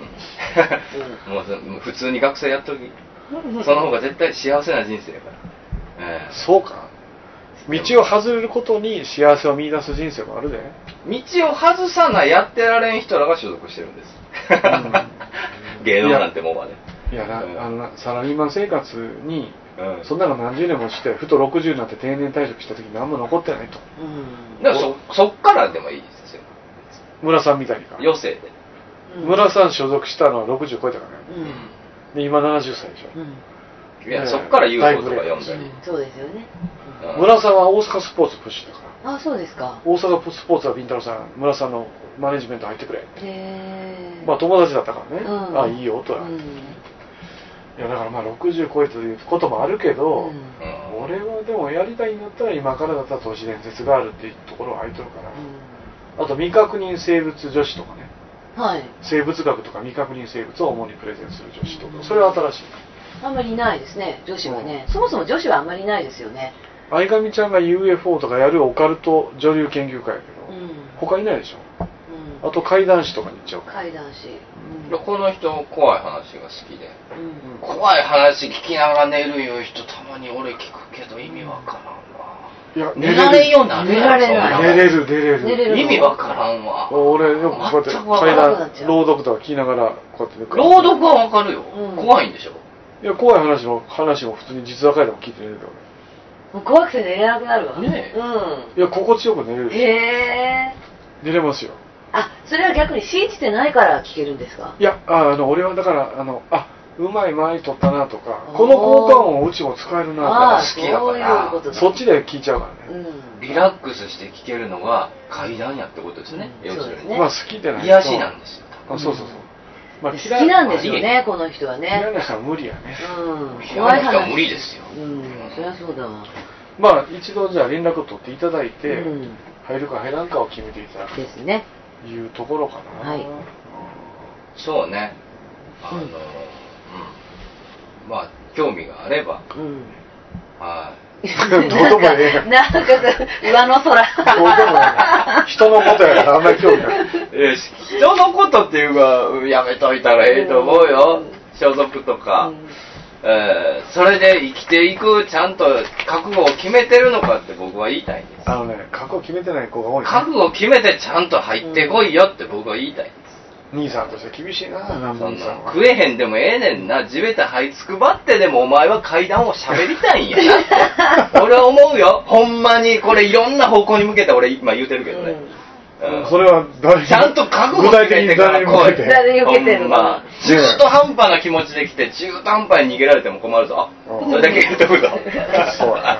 もうそ もう普通に学生やっときその方が絶対幸せな人生やからえー
そうか。道を外れることに幸せを見出す人生もあるで。
道を外さないやってられん人らが所属してるんです 芸能なんてもんはね。
いやなあのなサラリーマン生活に
うん
そんなの何十年もしてふと60になって定年退職した時何も残ってないと
だからそ、そっからでもいいですよ。
村さんみたいにか
余生で。
村さん所属したのは60超えたからね
うん
で今70歳でしょ、
うん
いや、そっから UFO とか読んだり。
そうですよね
うん
村さんは大阪スポーツプッシュだから
あそうですか
大阪スポーツはビンタロウさん村さんのマネジメント入ってくれって
へえ
まあ友達だったからね、
うん
あいいよとは、
う
い
ん
やだからまあ60超えていうこともあるけど、
うん
うん
俺はでもやりたいんだったら今からだったら都市伝説があるっていうところは空いとるから、あと未確認生物女子とかね
はい
生物学とか未確認生物を主にプレゼンする女子とか、それは新しい
あんまりいないですね女子はね、そもそも女子はあんまりいないですよね
相上ちゃんが UFO とかやるオカルト女流研究会やけど、
うん、
他いないでしょ
う
あと怪談師とかに行っちゃうから、
階段師
この人、怖い話が好きで。
うん、うん
怖い話聞きながら寝るいう人、たまに俺聞くけど、意味わからんわ。
いや
寝られんようになるやん
寝られ
寝れる寝れる
寝れる
意味わからんわ。
俺よくこうやって
全くわ
階
からん
くな
段
っちゃう
朗読とか聞きながらこうやって寝る
朗読はわかるよ、
うん
怖いんでしょ
いや怖い話も話も普通に実話会でも聞いて寝るけどね
もう怖くて寝れなくなるわ
ねえ
いや心地よく寝れ
うん
る
へえ
寝れますよ
あそれは逆に信じてないから聞けるんですか
いやああの俺はだからあのあうまい前撮ったなとか
あー
この効果音をうちも使える
あ
な
あ
と
ー好
そ
きだか
ういう
ら
こと
か
だ
そっちで聞いちゃうから
う
ね、
ん
リラックスして聞けるのが階段やってことですね、
うん
要す
そう
る
です
に、
ね
まあ好きでないと
癒しなんですよ
あそうそうそう、まあ、
好き
嫌い
なんですよ
まあいい
ねこの人は
嫌
ね
いな人は無理やね
うん
嫌
怖い
な人は
話
無理ですよ、
うんそりゃそうだわ
まあ一度じゃあ連絡を取っていただいて、
うん
入るか入らんかを決めていただく
ですね
というところかな、
はい
そうねあの、
うん
うんまあ興味があれば
うん
は
どうでもええ やん
なんかなんか上の
どうでもええ
空
やん人のことやからあんまり興味ない
いえ人のことっていうかやめといたらええと思うよ、所属とか、
うん
えーそれで生きていくちゃんと覚悟を決めてるのかって僕は言いたいんです
あのね過去決めてない子が多いね
覚悟を決めてちゃんと入ってこいよって僕は言いたい、
兄さんとして厳しいな南
そん
門さ
なん
は
食えへんでもええねんな地べた這いつくばってでもお前は階段を喋りたいんや な俺は思うよほんまにこれいろんな方向に向けて俺今言うてるけどね、うん
それは誰に
ちゃんと覚悟
具体的
決め
に
てから
誰に
来
向
い
けて
誰に向けて
ほ
る
ん
の
ま中途半端な気持ちで来て中途半端に逃げられても困るぞ
うん
それだけ言うとくぞ
そうや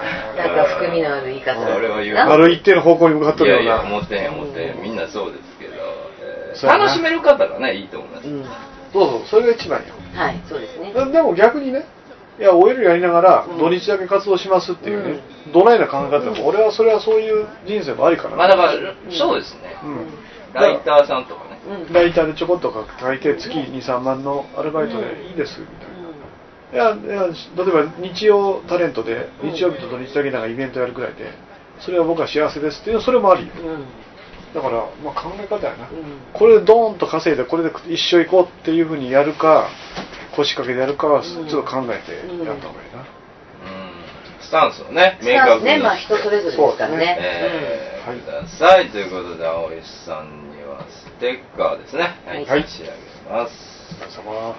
ななんか含みのある言い方
俺は言う
ある一定の方向に向かっと
い
るよ
や
う
い
な
や思ってへん思ってへんみんなそうですけど、えー
そうやな
楽しめる方がねいいと思います、
うん
そうそうそれが一番よ
はいそうですね
ででも逆にねいや OL やりながら土日だけ活動しますっていうね、どないな考え方でも俺はそれはそういう人生もありかな、
まあだから、そうですね、
うん
ライターさんとかね、
うん
ライターでちょこっと書いて月23万のアルバイトでいいですみたいな、いやいや例えば日曜タレントで日曜日と土日だけなんかイベントやるくらいでそれは僕は幸せですっていうのそれもありよ
うんうん
だから、まあ、考え方やな、
ん
これでドーンと稼いでこれで一生行こうっていうふうにやるか腰掛けでやるかはちょっと考えてやった方がいいな、
うんスタンスをね、
ス
明
タ
確
ンス
に
ね。まあ人それぞれですからね
えー
うん
ください。ということで、青石さんにはステッカーですね。はい、
はい
差し上げます。
お疲れ様